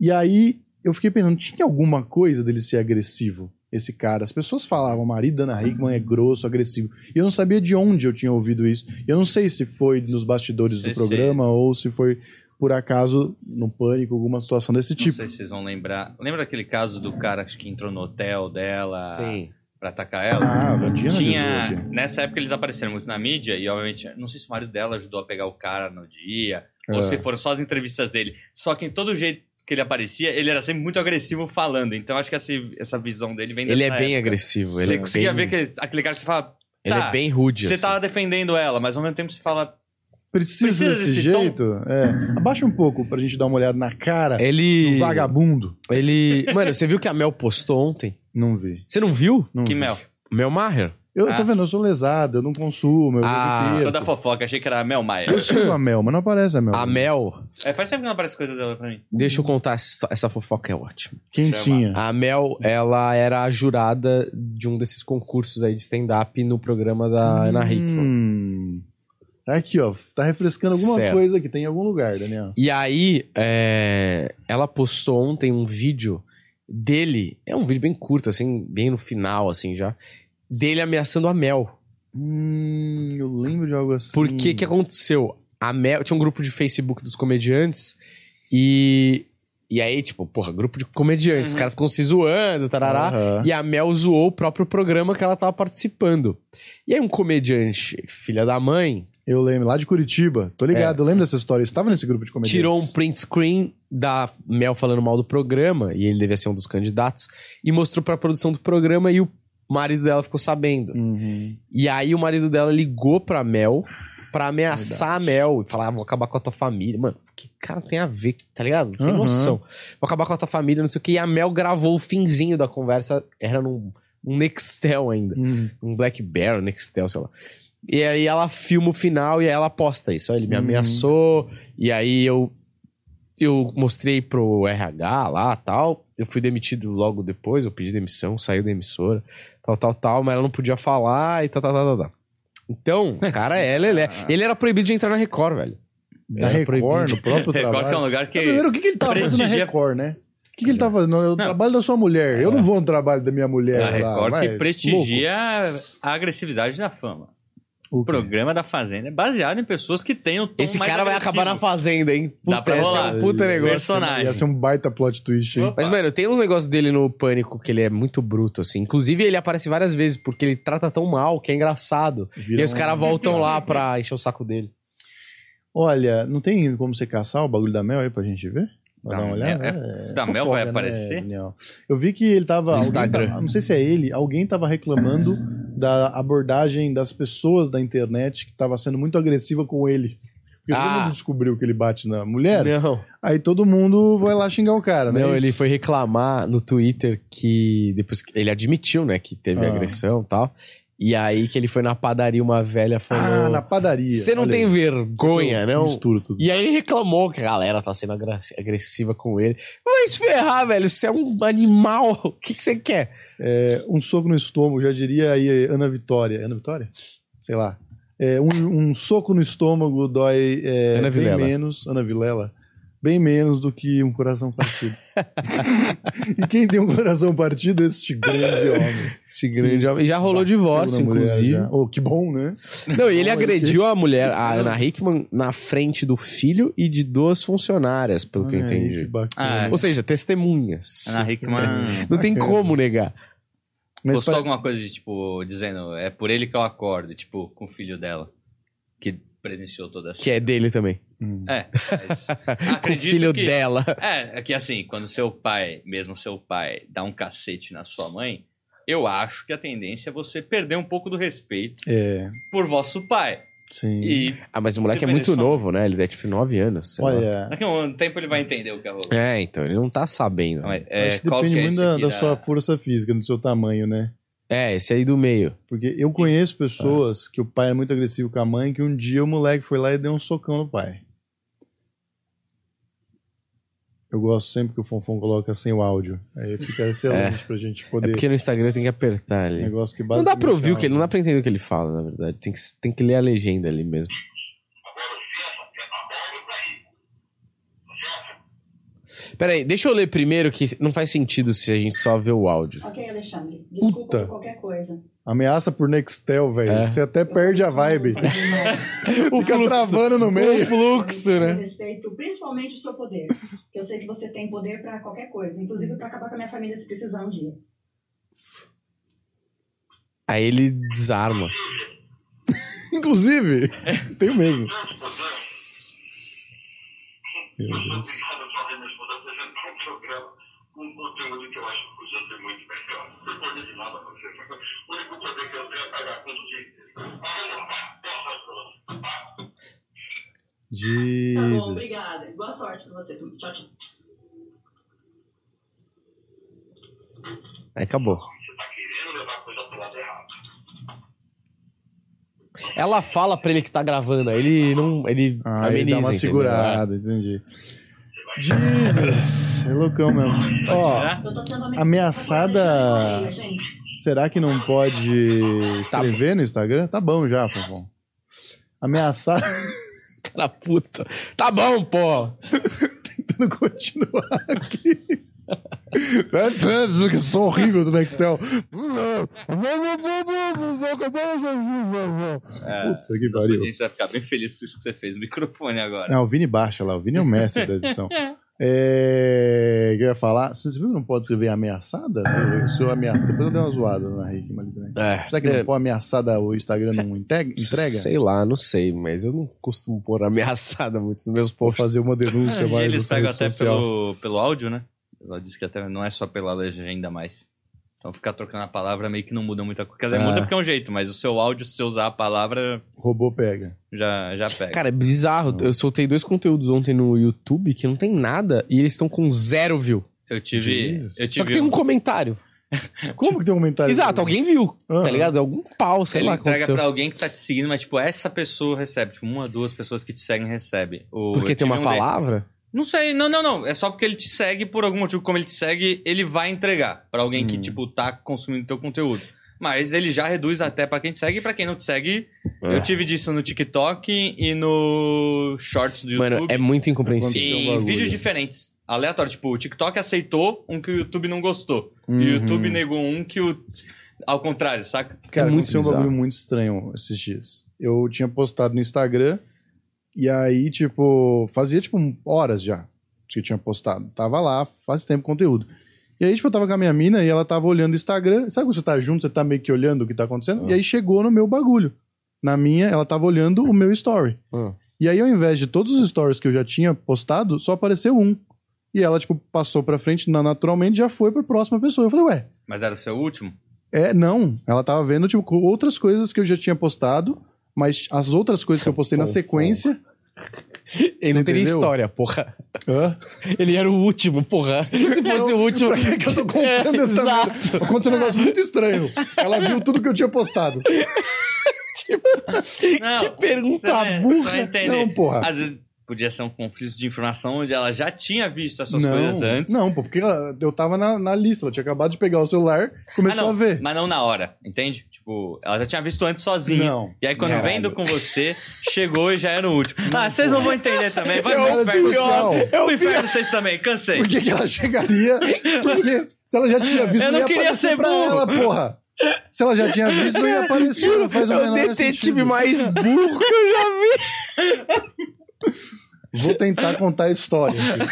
Speaker 2: E aí, eu fiquei pensando, tinha alguma coisa dele ser agressivo, esse cara? As pessoas falavam, o marido da Ana Hickman
Speaker 3: Uhum.
Speaker 2: é grosso, agressivo. E eu não sabia de onde eu tinha ouvido isso. E eu não sei se foi nos bastidores do
Speaker 3: Sei,
Speaker 2: programa ou se foi, por acaso, no pânico, alguma situação desse
Speaker 3: Não
Speaker 2: tipo.
Speaker 3: sei se vocês vão lembrar. Lembra aquele caso do cara que entrou no hotel dela
Speaker 1: Sim.
Speaker 3: pra atacar ela?
Speaker 2: Ah, Vandinha analisou
Speaker 3: Tinha.
Speaker 2: aqui.
Speaker 3: Nessa época eles apareceram muito na mídia e, obviamente, não sei se o marido dela ajudou a pegar o cara no dia,
Speaker 2: É.
Speaker 3: ou se foram só as entrevistas dele. Só que em todo jeito que ele aparecia, ele era sempre muito agressivo falando. Então acho que essa, essa visão dele vem
Speaker 1: Ele é
Speaker 3: dessa
Speaker 1: bem
Speaker 3: época.
Speaker 1: agressivo. Ele
Speaker 3: Você
Speaker 1: é
Speaker 3: conseguia
Speaker 1: bem...
Speaker 3: ver que ele- aquele cara que você fala.
Speaker 1: Ele
Speaker 3: tá,
Speaker 1: é bem rude.
Speaker 3: Você
Speaker 1: assim.
Speaker 3: tava defendendo ela, mas ao mesmo tempo você fala.
Speaker 2: Precisa,
Speaker 3: Precisa
Speaker 2: desse,
Speaker 3: desse tom?
Speaker 2: jeito? É. Abaixa um pouco pra gente dar uma olhada na cara
Speaker 1: Ele.
Speaker 2: do vagabundo.
Speaker 1: Ele. Mano, você viu que a Mel postou ontem?
Speaker 2: Não vi.
Speaker 1: Você não viu?
Speaker 2: Não
Speaker 3: Que
Speaker 2: vi.
Speaker 3: mel.
Speaker 1: Mel Maher.
Speaker 2: Eu tô
Speaker 3: Ah.
Speaker 2: vendo, eu sou lesado, eu não consumo, eu
Speaker 1: Ah,
Speaker 2: ah,
Speaker 3: Só da fofoca, achei que era a Mel Maia.
Speaker 2: Eu sigo a Mel, mas não aparece a Mel.
Speaker 1: A Mel.
Speaker 3: É, faz tempo que não aparece coisa dela pra mim.
Speaker 1: Deixa eu contar essa, essa fofoca, é ótima.
Speaker 2: Quentinha.
Speaker 1: A Mel, ela era a jurada de um desses concursos aí de stand-up no programa da Ah, Ana Hickman.
Speaker 2: Hum. Tá aqui, ó. Tá refrescando alguma
Speaker 1: Certo.
Speaker 2: coisa que tem em algum lugar, Daniel.
Speaker 1: E aí, é, ela postou ontem um vídeo dele. É um vídeo bem curto, assim, bem no final, assim já. Dele ameaçando a Mel.
Speaker 2: Hum, eu lembro de algo assim.
Speaker 1: Porque que é aconteceu? A Mel, tinha um grupo de Facebook dos comediantes e e aí, tipo, porra, grupo de comediantes, os
Speaker 3: Uhum.
Speaker 1: caras ficam se zoando, tarará.
Speaker 2: Aham.
Speaker 1: E a Mel zoou o próprio programa que ela tava participando. E aí um comediante, filha da mãe,
Speaker 2: Eu lembro, lá de Curitiba. Tô ligado, eu lembro dessa história. Eu estava nesse grupo de comediantes.
Speaker 1: tirou um print screen da Mel falando mal do programa, e ele devia ser um dos candidatos, e mostrou pra produção do programa e o marido dela ficou sabendo.
Speaker 2: Uhum.
Speaker 1: E aí o marido dela ligou pra Mel pra ameaçar a Mel e falar: ah, vou acabar com a tua família. Mano, que cara tem a ver, tá ligado? Sem
Speaker 2: Aham.
Speaker 1: noção. Vou acabar com a tua família, não sei o que. E a Mel gravou o finzinho da conversa, era num, num Nextel ainda.
Speaker 2: Uhum.
Speaker 1: Um Blackberry, um Nextel, sei lá. E aí ela filma o final e aí ela posta isso. ó, Ele me
Speaker 2: Uhum.
Speaker 1: ameaçou, e aí eu. Eu mostrei pro RH lá tal. Eu fui demitido logo depois, eu pedi demissão, saiu da emissora, tal, tal, tal, mas ela não podia falar e tal, tal, tal, tal, tal. Então, o cara, é lelé. Ele era proibido de entrar na Record, velho.
Speaker 2: Da
Speaker 1: Era
Speaker 2: Record,
Speaker 1: proibido.
Speaker 2: no próprio trabalho.
Speaker 3: Record que é um lugar que.
Speaker 2: Mas Primeiro, o que, que ele tava fazendo na
Speaker 3: Prestigia-
Speaker 2: Record, né? O que, que ele tava fazendo? É O trabalho da sua mulher. Eu não vou no trabalho da minha mulher.
Speaker 3: a
Speaker 2: lá,
Speaker 3: Record
Speaker 2: vai,
Speaker 3: que prestigia a agressividade da fama. O
Speaker 2: louco.
Speaker 3: programa da Fazenda é baseado em pessoas que têm o tom
Speaker 1: Esse
Speaker 3: mais
Speaker 1: cara vai
Speaker 3: agressivo.
Speaker 1: acabar na fazenda, hein? Puta,
Speaker 3: Dá pra
Speaker 1: esse
Speaker 3: rolar.
Speaker 1: é um puta negócio.
Speaker 3: Personagem.
Speaker 2: Ia ser um baita plot twist, hein?
Speaker 3: Opa.
Speaker 1: Mas, mano, tem uns negócios dele no Pânico que ele é muito bruto, assim. Inclusive, ele aparece várias vezes porque ele trata tão mal que é engraçado. e
Speaker 2: Vira
Speaker 1: aí os
Speaker 2: um- é
Speaker 1: caras voltam lá pra encher o saco dele.
Speaker 2: Olha, não tem como você caçar o bagulho da Mel aí pra gente ver? Pra
Speaker 3: Da
Speaker 2: dar uma olhada?
Speaker 3: Mel-
Speaker 2: É,
Speaker 3: da Mel vai
Speaker 2: fofoca, né,
Speaker 3: aparecer?
Speaker 2: Daniel? Eu vi que ele tava.
Speaker 1: No
Speaker 2: alguém
Speaker 1: Instagram.
Speaker 2: tava- não sei se é ele, alguém tava reclamando da abordagem das pessoas da internet que tava sendo muito agressiva com ele. Porque
Speaker 1: Ah.
Speaker 2: todo mundo descobriu que ele bate na mulher,
Speaker 1: Não,
Speaker 2: aí todo mundo vai lá xingar o cara, né?
Speaker 1: não, ele
Speaker 2: Isso.
Speaker 1: foi reclamar no Twitter que depois que ele admitiu, né, que teve
Speaker 2: Ah.
Speaker 1: agressão e tal. E aí que ele foi na padaria, uma velha
Speaker 2: Ah, na
Speaker 1: falou:
Speaker 2: padaria.
Speaker 1: Você não
Speaker 2: olha
Speaker 1: tem
Speaker 2: aí.
Speaker 1: vergonha,
Speaker 2: Eu
Speaker 1: não?
Speaker 2: Misturo tudo.
Speaker 1: E aí ele reclamou que a galera tá sendo agra- agressiva com ele. Vai se ferrar, velho. Você é um animal. O que que você quer?
Speaker 2: É, um soco no estômago, já diria aí eh, Ana Vitória. Ana Vitória? Sei lá. É, um, um soco no estômago dói é,
Speaker 1: Ana
Speaker 2: bem
Speaker 1: Vilela.
Speaker 2: menos, Ana Vilela, bem menos do que um coração partido. e quem tem um coração partido é este grande homem.
Speaker 1: Esse
Speaker 2: grande homem.
Speaker 1: E já rolou divórcio,
Speaker 2: Uma mulher
Speaker 1: inclusive.
Speaker 2: já. Oh, que bom, né?
Speaker 1: Não, e ele
Speaker 2: Bom,
Speaker 1: agrediu a mulher, a Ana Hickman, na frente do filho e de duas funcionárias, pelo que eu
Speaker 2: Olha aí,
Speaker 1: entendi.
Speaker 2: que bacana.
Speaker 3: Ah, é.
Speaker 1: Ou seja, testemunhas.
Speaker 3: Ana Hickman
Speaker 1: Não tem
Speaker 2: Bacana.
Speaker 1: como negar.
Speaker 2: Mas
Speaker 3: postou
Speaker 2: pare-
Speaker 3: alguma coisa de tipo, dizendo, é por ele que eu acordo, tipo, com o filho dela. Que presenciou toda essa.
Speaker 1: Que é dele também.
Speaker 2: Hum.
Speaker 3: É, mas
Speaker 1: Com o
Speaker 3: acredito
Speaker 1: filho
Speaker 3: que...
Speaker 1: dela.
Speaker 3: É, é que assim, quando seu pai, mesmo seu pai, dá um cacete na sua mãe, eu acho que a tendência é você perder um pouco do respeito
Speaker 2: É,
Speaker 3: por vosso pai.
Speaker 2: sim.
Speaker 3: E
Speaker 1: Ah, mas o moleque é muito
Speaker 3: Depende só.
Speaker 1: novo, né? Ele tem tipo 9 anos. sei lá.
Speaker 2: Olha,
Speaker 3: daqui a um tempo ele vai entender o que é rolou.
Speaker 1: É, então, ele não tá sabendo.
Speaker 3: Não, é- é,
Speaker 2: acho que
Speaker 3: qual
Speaker 2: depende
Speaker 3: que é
Speaker 2: muito
Speaker 3: esse
Speaker 2: da,
Speaker 3: aqui
Speaker 2: da sua força física, do seu tamanho, né?
Speaker 1: É, esse aí do meio.
Speaker 2: Porque eu conheço pessoas que o pai é muito agressivo com a mãe, que um dia o moleque foi lá e deu um socão no pai. Eu gosto sempre que o Fonfon coloca sem o áudio. Aí fica excelente pra gente
Speaker 1: É
Speaker 2: poder. um
Speaker 1: porque no Instagram tem que apertar ali.
Speaker 2: negócio que
Speaker 1: Não dá pra ouvir o
Speaker 2: basicamente
Speaker 1: que ele, não
Speaker 2: é
Speaker 1: dá pra entender o que ele fala, na verdade. Tem que, tem que ler a legenda ali mesmo. Peraí, deixa eu ler primeiro que não faz sentido se a gente só vê o áudio.
Speaker 5: Ok, Alexandre. Desculpa
Speaker 2: Puta.
Speaker 5: por qualquer coisa.
Speaker 2: Ameaça por Nextel, velho.
Speaker 1: É.
Speaker 2: Você até perde a vibe.
Speaker 5: Eu não vou
Speaker 1: O
Speaker 2: Fica
Speaker 5: mais.
Speaker 2: travando no meio.
Speaker 1: O fluxo,
Speaker 5: Eu
Speaker 1: né?
Speaker 5: respeito principalmente o seu poder. Que eu sei que você tem poder pra qualquer coisa. Inclusive pra acabar com a minha família se precisar um dia.
Speaker 1: Aí ele desarma.
Speaker 2: Inclusive, tenho mesmo. Meu Deus.
Speaker 6: obrigado só me apresentar um programa com um conteúdo que eu acho que podia ser muito melhor. Não coisa de nada pra você. O único poder que eu tenho é pagar tudo de.
Speaker 5: Tá bom,
Speaker 2: Jesus.
Speaker 5: obrigada. Boa sorte pra você. Tchau, tchau.
Speaker 1: Aí acabou.
Speaker 6: Você está querendo levar a coisa pro lado errado.
Speaker 1: Ela fala pra ele que tá gravando, aí ele não. Ele
Speaker 2: Ah,
Speaker 1: ameniza,
Speaker 2: ele dá uma
Speaker 1: entendeu?
Speaker 2: segurada, entendi. Jesus. É loucão mesmo. Ó,
Speaker 3: Será?
Speaker 5: Eu tô sendo Tá ame-
Speaker 2: Ameaçada-
Speaker 5: Agora, Alexandre, me corrija, gente.
Speaker 2: será que não pode escrever no Instagram? Tá bom já, Fofão. Ameaçar.
Speaker 1: Cara puta. Tá bom, pô.
Speaker 2: tentando continuar aqui. Que som horrível do Nextel.
Speaker 3: É,
Speaker 2: Puta que
Speaker 3: Nossa,
Speaker 2: pariu.
Speaker 3: a gente vai ficar bem feliz com isso que você fez. O microfone agora.
Speaker 2: Não, o Vini baixa lá, o Vini é o mestre da edição. É, que eu ia falar, você viu que não pode escrever ameaçada? Eu sou ameaçada, depois eu dei uma zoada na Rick ali também.
Speaker 1: É.
Speaker 2: Será que não pode ameaçada o Instagram não entrega? entrega?
Speaker 1: Sei lá, não sei, mas eu não costumo pôr ameaçada muito nos meus
Speaker 2: Vou
Speaker 1: posts.
Speaker 2: fazer uma denúncia
Speaker 3: Hoje
Speaker 2: mais
Speaker 3: eles
Speaker 2: nessa
Speaker 3: pegam
Speaker 2: rede
Speaker 3: É, até
Speaker 2: social.
Speaker 3: pelo, pelo áudio, né? Ela disse que até não é só pela legenda mais. Então ficar trocando a palavra meio que não muda muita coisa. Quer dizer,
Speaker 1: É.
Speaker 3: muda porque é um jeito, mas o seu áudio, se você usar a palavra,
Speaker 2: Robô pega.
Speaker 3: já, já pega.
Speaker 1: Cara, é bizarro. Eu soltei dois conteúdos ontem no YouTube que não tem nada e eles estão com zero view.
Speaker 3: eu tive.
Speaker 2: Jesus.
Speaker 3: Eu
Speaker 1: Só que
Speaker 3: tive
Speaker 1: tem um
Speaker 3: um-
Speaker 1: comentário.
Speaker 2: Como que tem um comentário?
Speaker 1: Exato, alguém viu,
Speaker 2: Ah.
Speaker 1: tá ligado? Algum pau, sei
Speaker 3: Ele
Speaker 1: lá,
Speaker 3: entrega
Speaker 1: aconteceu.
Speaker 3: pra alguém que tá te seguindo, mas, tipo, essa pessoa recebe. Tipo, uma, duas pessoas que te seguem recebe. O-
Speaker 1: Porque
Speaker 3: eu
Speaker 1: tem
Speaker 3: tive
Speaker 1: uma
Speaker 3: um de-
Speaker 1: palavra?
Speaker 3: Não sei, não, não, não. É só porque ele te segue, por algum motivo, como ele te segue, ele vai entregar pra alguém que, tipo, tá consumindo teu conteúdo. Mas ele já reduz até pra quem te segue e pra quem não te segue.
Speaker 1: É.
Speaker 3: Eu tive disso no TikTok e no Shorts do YouTube.
Speaker 1: Mano, é muito incompreensível.
Speaker 2: Aconteceu um
Speaker 3: em
Speaker 2: bagulho.
Speaker 3: vídeos diferentes. Aleatório, tipo, o TikTok aceitou um que o YouTube não gostou.
Speaker 2: Hum. Uhum.
Speaker 3: E o YouTube negou um que o. Ao contrário, saca?
Speaker 2: Cara,
Speaker 1: É muito
Speaker 2: aconteceu um
Speaker 1: bizarro.
Speaker 2: bagulho muito estranho esses dias. Eu tinha postado no Instagram e aí, tipo, fazia, tipo, horas já que eu tinha postado. Tava lá, faz tempo, conteúdo. E aí, tipo, eu tava com a minha mina e ela tava olhando o Instagram. Sabe quando você tá junto, você tá meio que olhando o que tá acontecendo?
Speaker 1: Ah.
Speaker 2: E aí chegou no meu bagulho. Na minha, ela tava olhando o meu story.
Speaker 1: Ah.
Speaker 2: E aí, ao invés de todos os stories que eu já tinha postado, só apareceu um. E ela, tipo, passou pra frente, na- naturalmente já foi pra próxima pessoa. Eu falei, ué,
Speaker 3: Mas era o seu último?
Speaker 2: é, não. Ela tava vendo, tipo, co- outras coisas que eu já tinha postado, mas as outras coisas que eu postei na
Speaker 1: Pom, pom.
Speaker 2: sequência.
Speaker 1: Ele não teria
Speaker 2: entendeu?
Speaker 1: história, porra.
Speaker 2: Hã?
Speaker 1: Ele era o último, porra. Se fosse o último.
Speaker 2: Pra que, que eu tô contando
Speaker 1: É,
Speaker 2: essa
Speaker 1: exato.
Speaker 2: merda? Aconteceu um negócio muito estranho. Ela viu tudo que eu tinha postado.
Speaker 1: Que
Speaker 3: Não, é-
Speaker 1: pergunta
Speaker 3: Você
Speaker 1: burra.
Speaker 3: vai entender.
Speaker 2: Não, porra.
Speaker 3: Às vezes podia ser um conflito de informação onde ela já tinha visto essas coisas
Speaker 2: Não,
Speaker 3: antes.
Speaker 2: não, pô, porque ela- eu tava na, na lista, ela tinha acabado de pegar o celular,
Speaker 3: mas
Speaker 2: começou
Speaker 3: Ah, não,
Speaker 2: a ver.
Speaker 3: mas não na hora, entende? Tipo, ela já tinha visto antes sozinha.
Speaker 2: Não.
Speaker 3: E aí, quando
Speaker 2: Caralho.
Speaker 3: vendo com você, chegou e já era o último. ah, vocês não vão entender também. Vai
Speaker 2: Eu
Speaker 3: pro
Speaker 2: era
Speaker 3: inferno.
Speaker 2: especial.
Speaker 3: É o inferno vocês também, cansei.
Speaker 2: Por que, que ela chegaria? Porque se ela já tinha visto,
Speaker 3: Eu não
Speaker 2: ia
Speaker 3: queria
Speaker 2: aparecer
Speaker 3: ser
Speaker 2: pra
Speaker 3: burro.
Speaker 2: ela, porra. Se ela já tinha visto, não ia aparecer. Não faz o
Speaker 1: é o
Speaker 2: menor
Speaker 1: detetive
Speaker 2: sentido.
Speaker 1: mais burro que eu já vi.
Speaker 2: Vou tentar contar a história. aqui.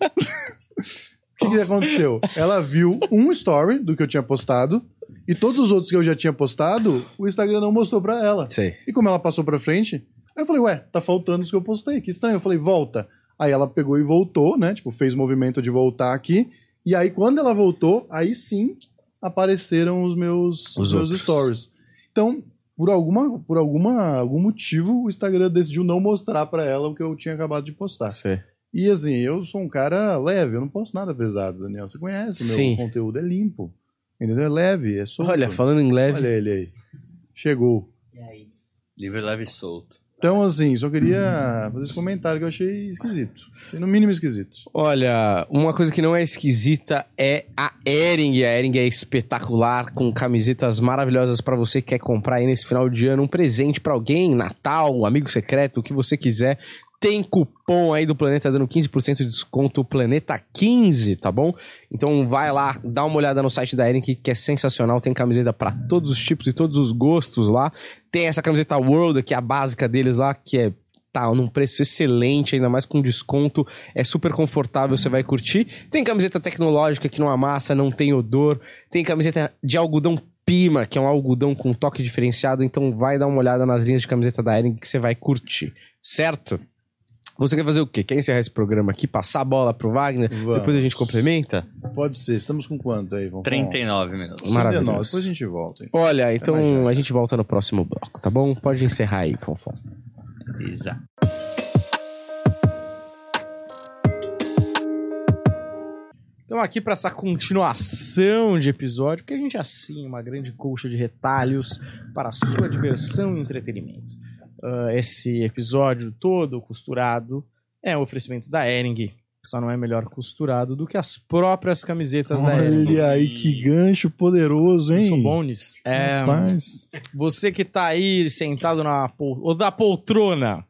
Speaker 2: O que, que aconteceu? Ela viu um story do que eu tinha postado e todos os outros que eu já tinha postado, o Instagram não mostrou pra ela.
Speaker 1: Sei.
Speaker 2: E como ela passou pra frente, Aí eu falei, ué, tá faltando os que eu postei, que estranho. Eu falei, volta. Aí ela pegou e voltou, né? Tipo, fez o movimento de voltar aqui. E aí, quando ela voltou, aí sim apareceram os meus, os
Speaker 1: Os
Speaker 2: meus
Speaker 1: outros.
Speaker 2: stories. Então, por, alguma, por alguma, algum motivo, o Instagram decidiu não mostrar pra ela o que eu tinha acabado de postar.
Speaker 1: Sei.
Speaker 2: E assim, eu sou um cara leve, eu não posto nada pesado, Daniel. Você conhece, meu
Speaker 1: Sim.
Speaker 2: conteúdo é limpo. Entendeu? É leve, é solto.
Speaker 1: Olha, falando em leve.
Speaker 2: Olha ele aí. Chegou.
Speaker 5: E aí?
Speaker 3: Livre, leve e solto.
Speaker 2: Então, assim, só queria fazer esse comentário que eu achei esquisito. Achei no mínimo esquisito.
Speaker 1: Olha, uma coisa que não é esquisita é a Ering. A Ering é espetacular, com camisetas maravilhosas pra você que quer comprar aí nesse final de ano um presente pra alguém, Natal, um amigo secreto, o que você quiser. Tem cupom aí do Planeta dando 15% de desconto, Planeta 15, tá bom? Então vai lá, dá uma olhada no site da Ering que é sensacional, tem camiseta pra todos os tipos e todos os gostos lá. Tem essa camiseta World, que é a básica deles lá, que é tá num preço excelente, ainda mais com desconto é super confortável, você vai curtir. Tem camiseta tecnológica que não amassa, não tem odor. Tem camiseta de algodão Pima, que é um algodão com toque diferenciado, então vai dar uma olhada nas linhas de camiseta da Ering que você vai curtir, certo? Você quer fazer o quê? Quer encerrar esse programa aqui, passar a bola pro Wagner,
Speaker 2: Vamos.
Speaker 1: depois a gente complementa?
Speaker 2: Pode ser. Estamos com quanto aí? Vamos
Speaker 3: 39 minutos.
Speaker 1: Maravilha.
Speaker 2: Maravilhoso. Depois a gente volta. hein?
Speaker 1: Olha,
Speaker 2: mais
Speaker 1: então
Speaker 2: nada.
Speaker 1: a gente volta no próximo bloco, tá bom? Pode encerrar aí, Fonfon.
Speaker 3: Exato.
Speaker 1: Então aqui para essa continuação de episódio, porque a gente assim uma grande colcha de retalhos para a sua diversão e entretenimento. Ah, esse episódio todo costurado é um oferecimento da Ering, só não é melhor costurado do que as próprias camisetas da Ering.
Speaker 2: Olha aí que gancho poderoso, hein?
Speaker 1: São bones. É,
Speaker 2: Rapaz.
Speaker 1: você que tá aí sentado na pol- ou da poltrona,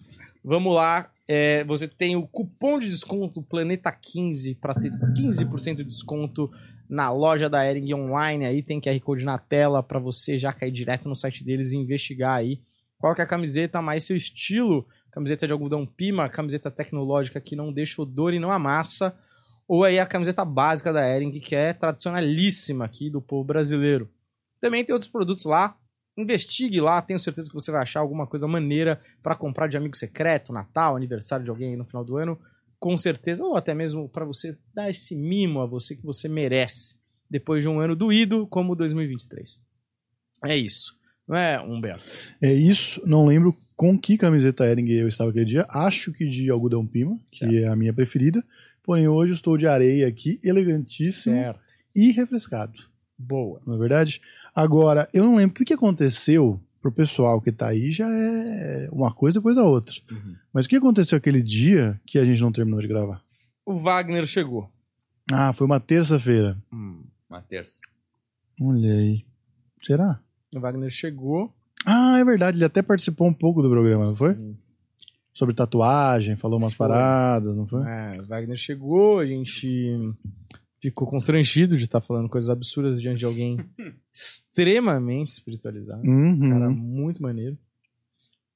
Speaker 1: vamos lá. É, você tem o cupom de desconto Planeta 15 para ter 15% de desconto na loja da Ering Online. Aí tem QR Code na tela para você já cair direto no site deles e investigar aí qual que é a camiseta mais seu estilo. Camiseta de algodão Pima, camiseta tecnológica que não deixa odor e não amassa. Ou aí a camiseta básica da Ering, que é tradicionalíssima aqui do povo brasileiro. Também tem outros produtos lá, investigue lá, tenho certeza que você vai achar alguma coisa maneira pra comprar de amigo secreto, Natal, aniversário de alguém aí no final do ano, com certeza, ou até mesmo pra você dar esse mimo a você que você merece, depois de um ano doído como 2023. É isso, não é, Humberto?
Speaker 2: É isso. Não lembro com que camiseta Ering eu estava aquele dia. Acho que de algodão pima, que
Speaker 1: Certo.
Speaker 2: é a minha preferida. Porém, hoje eu estou de areia aqui, elegantíssimo e refrescado.
Speaker 1: Boa.
Speaker 2: na verdade. Agora, eu não lembro o que que aconteceu pro pessoal que tá aí, já é uma coisa depois a outra. Mas o que aconteceu aquele dia que a gente não terminou de gravar?
Speaker 1: O Wagner chegou.
Speaker 2: Ah, foi uma terça-feira.
Speaker 3: Uma terça.
Speaker 2: Olha aí. Será?
Speaker 1: O Wagner chegou.
Speaker 2: Ah, é verdade, ele até participou um pouco do programa, não foi? Sobre tatuagem, falou umas
Speaker 1: Foi.
Speaker 2: paradas, não foi?
Speaker 1: É, o Wagner chegou, a gente ficou constrangido de estar falando coisas absurdas diante de alguém extremamente espiritualizado.
Speaker 2: Uhum.
Speaker 1: cara muito maneiro.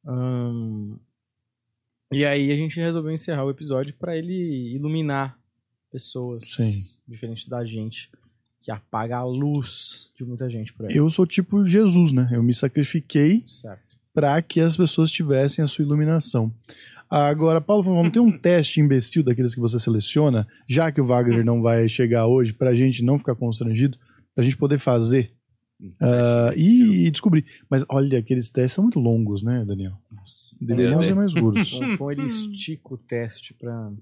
Speaker 1: Ahn, e aí a gente resolveu encerrar o episódio pra ele iluminar pessoas
Speaker 2: Sim.
Speaker 1: diferentes da gente, que apaga a luz de muita gente por aí.
Speaker 2: Eu sou tipo Jesus, né? Eu me sacrifiquei
Speaker 1: Certo.
Speaker 2: para que as pessoas tivessem a sua iluminação. Agora, Paulo, vamos ter um teste imbecil daqueles que você seleciona, já que o Wagner não vai chegar hoje, para a gente não ficar constrangido, para a gente poder fazer
Speaker 1: Hum,
Speaker 2: ah, e, e descobrir. Mas olha, aqueles testes são muito longos, né, Daniel? Deveriam
Speaker 3: Deve.
Speaker 2: ser mais curtos.
Speaker 1: Bom, Então ele estica o teste pra,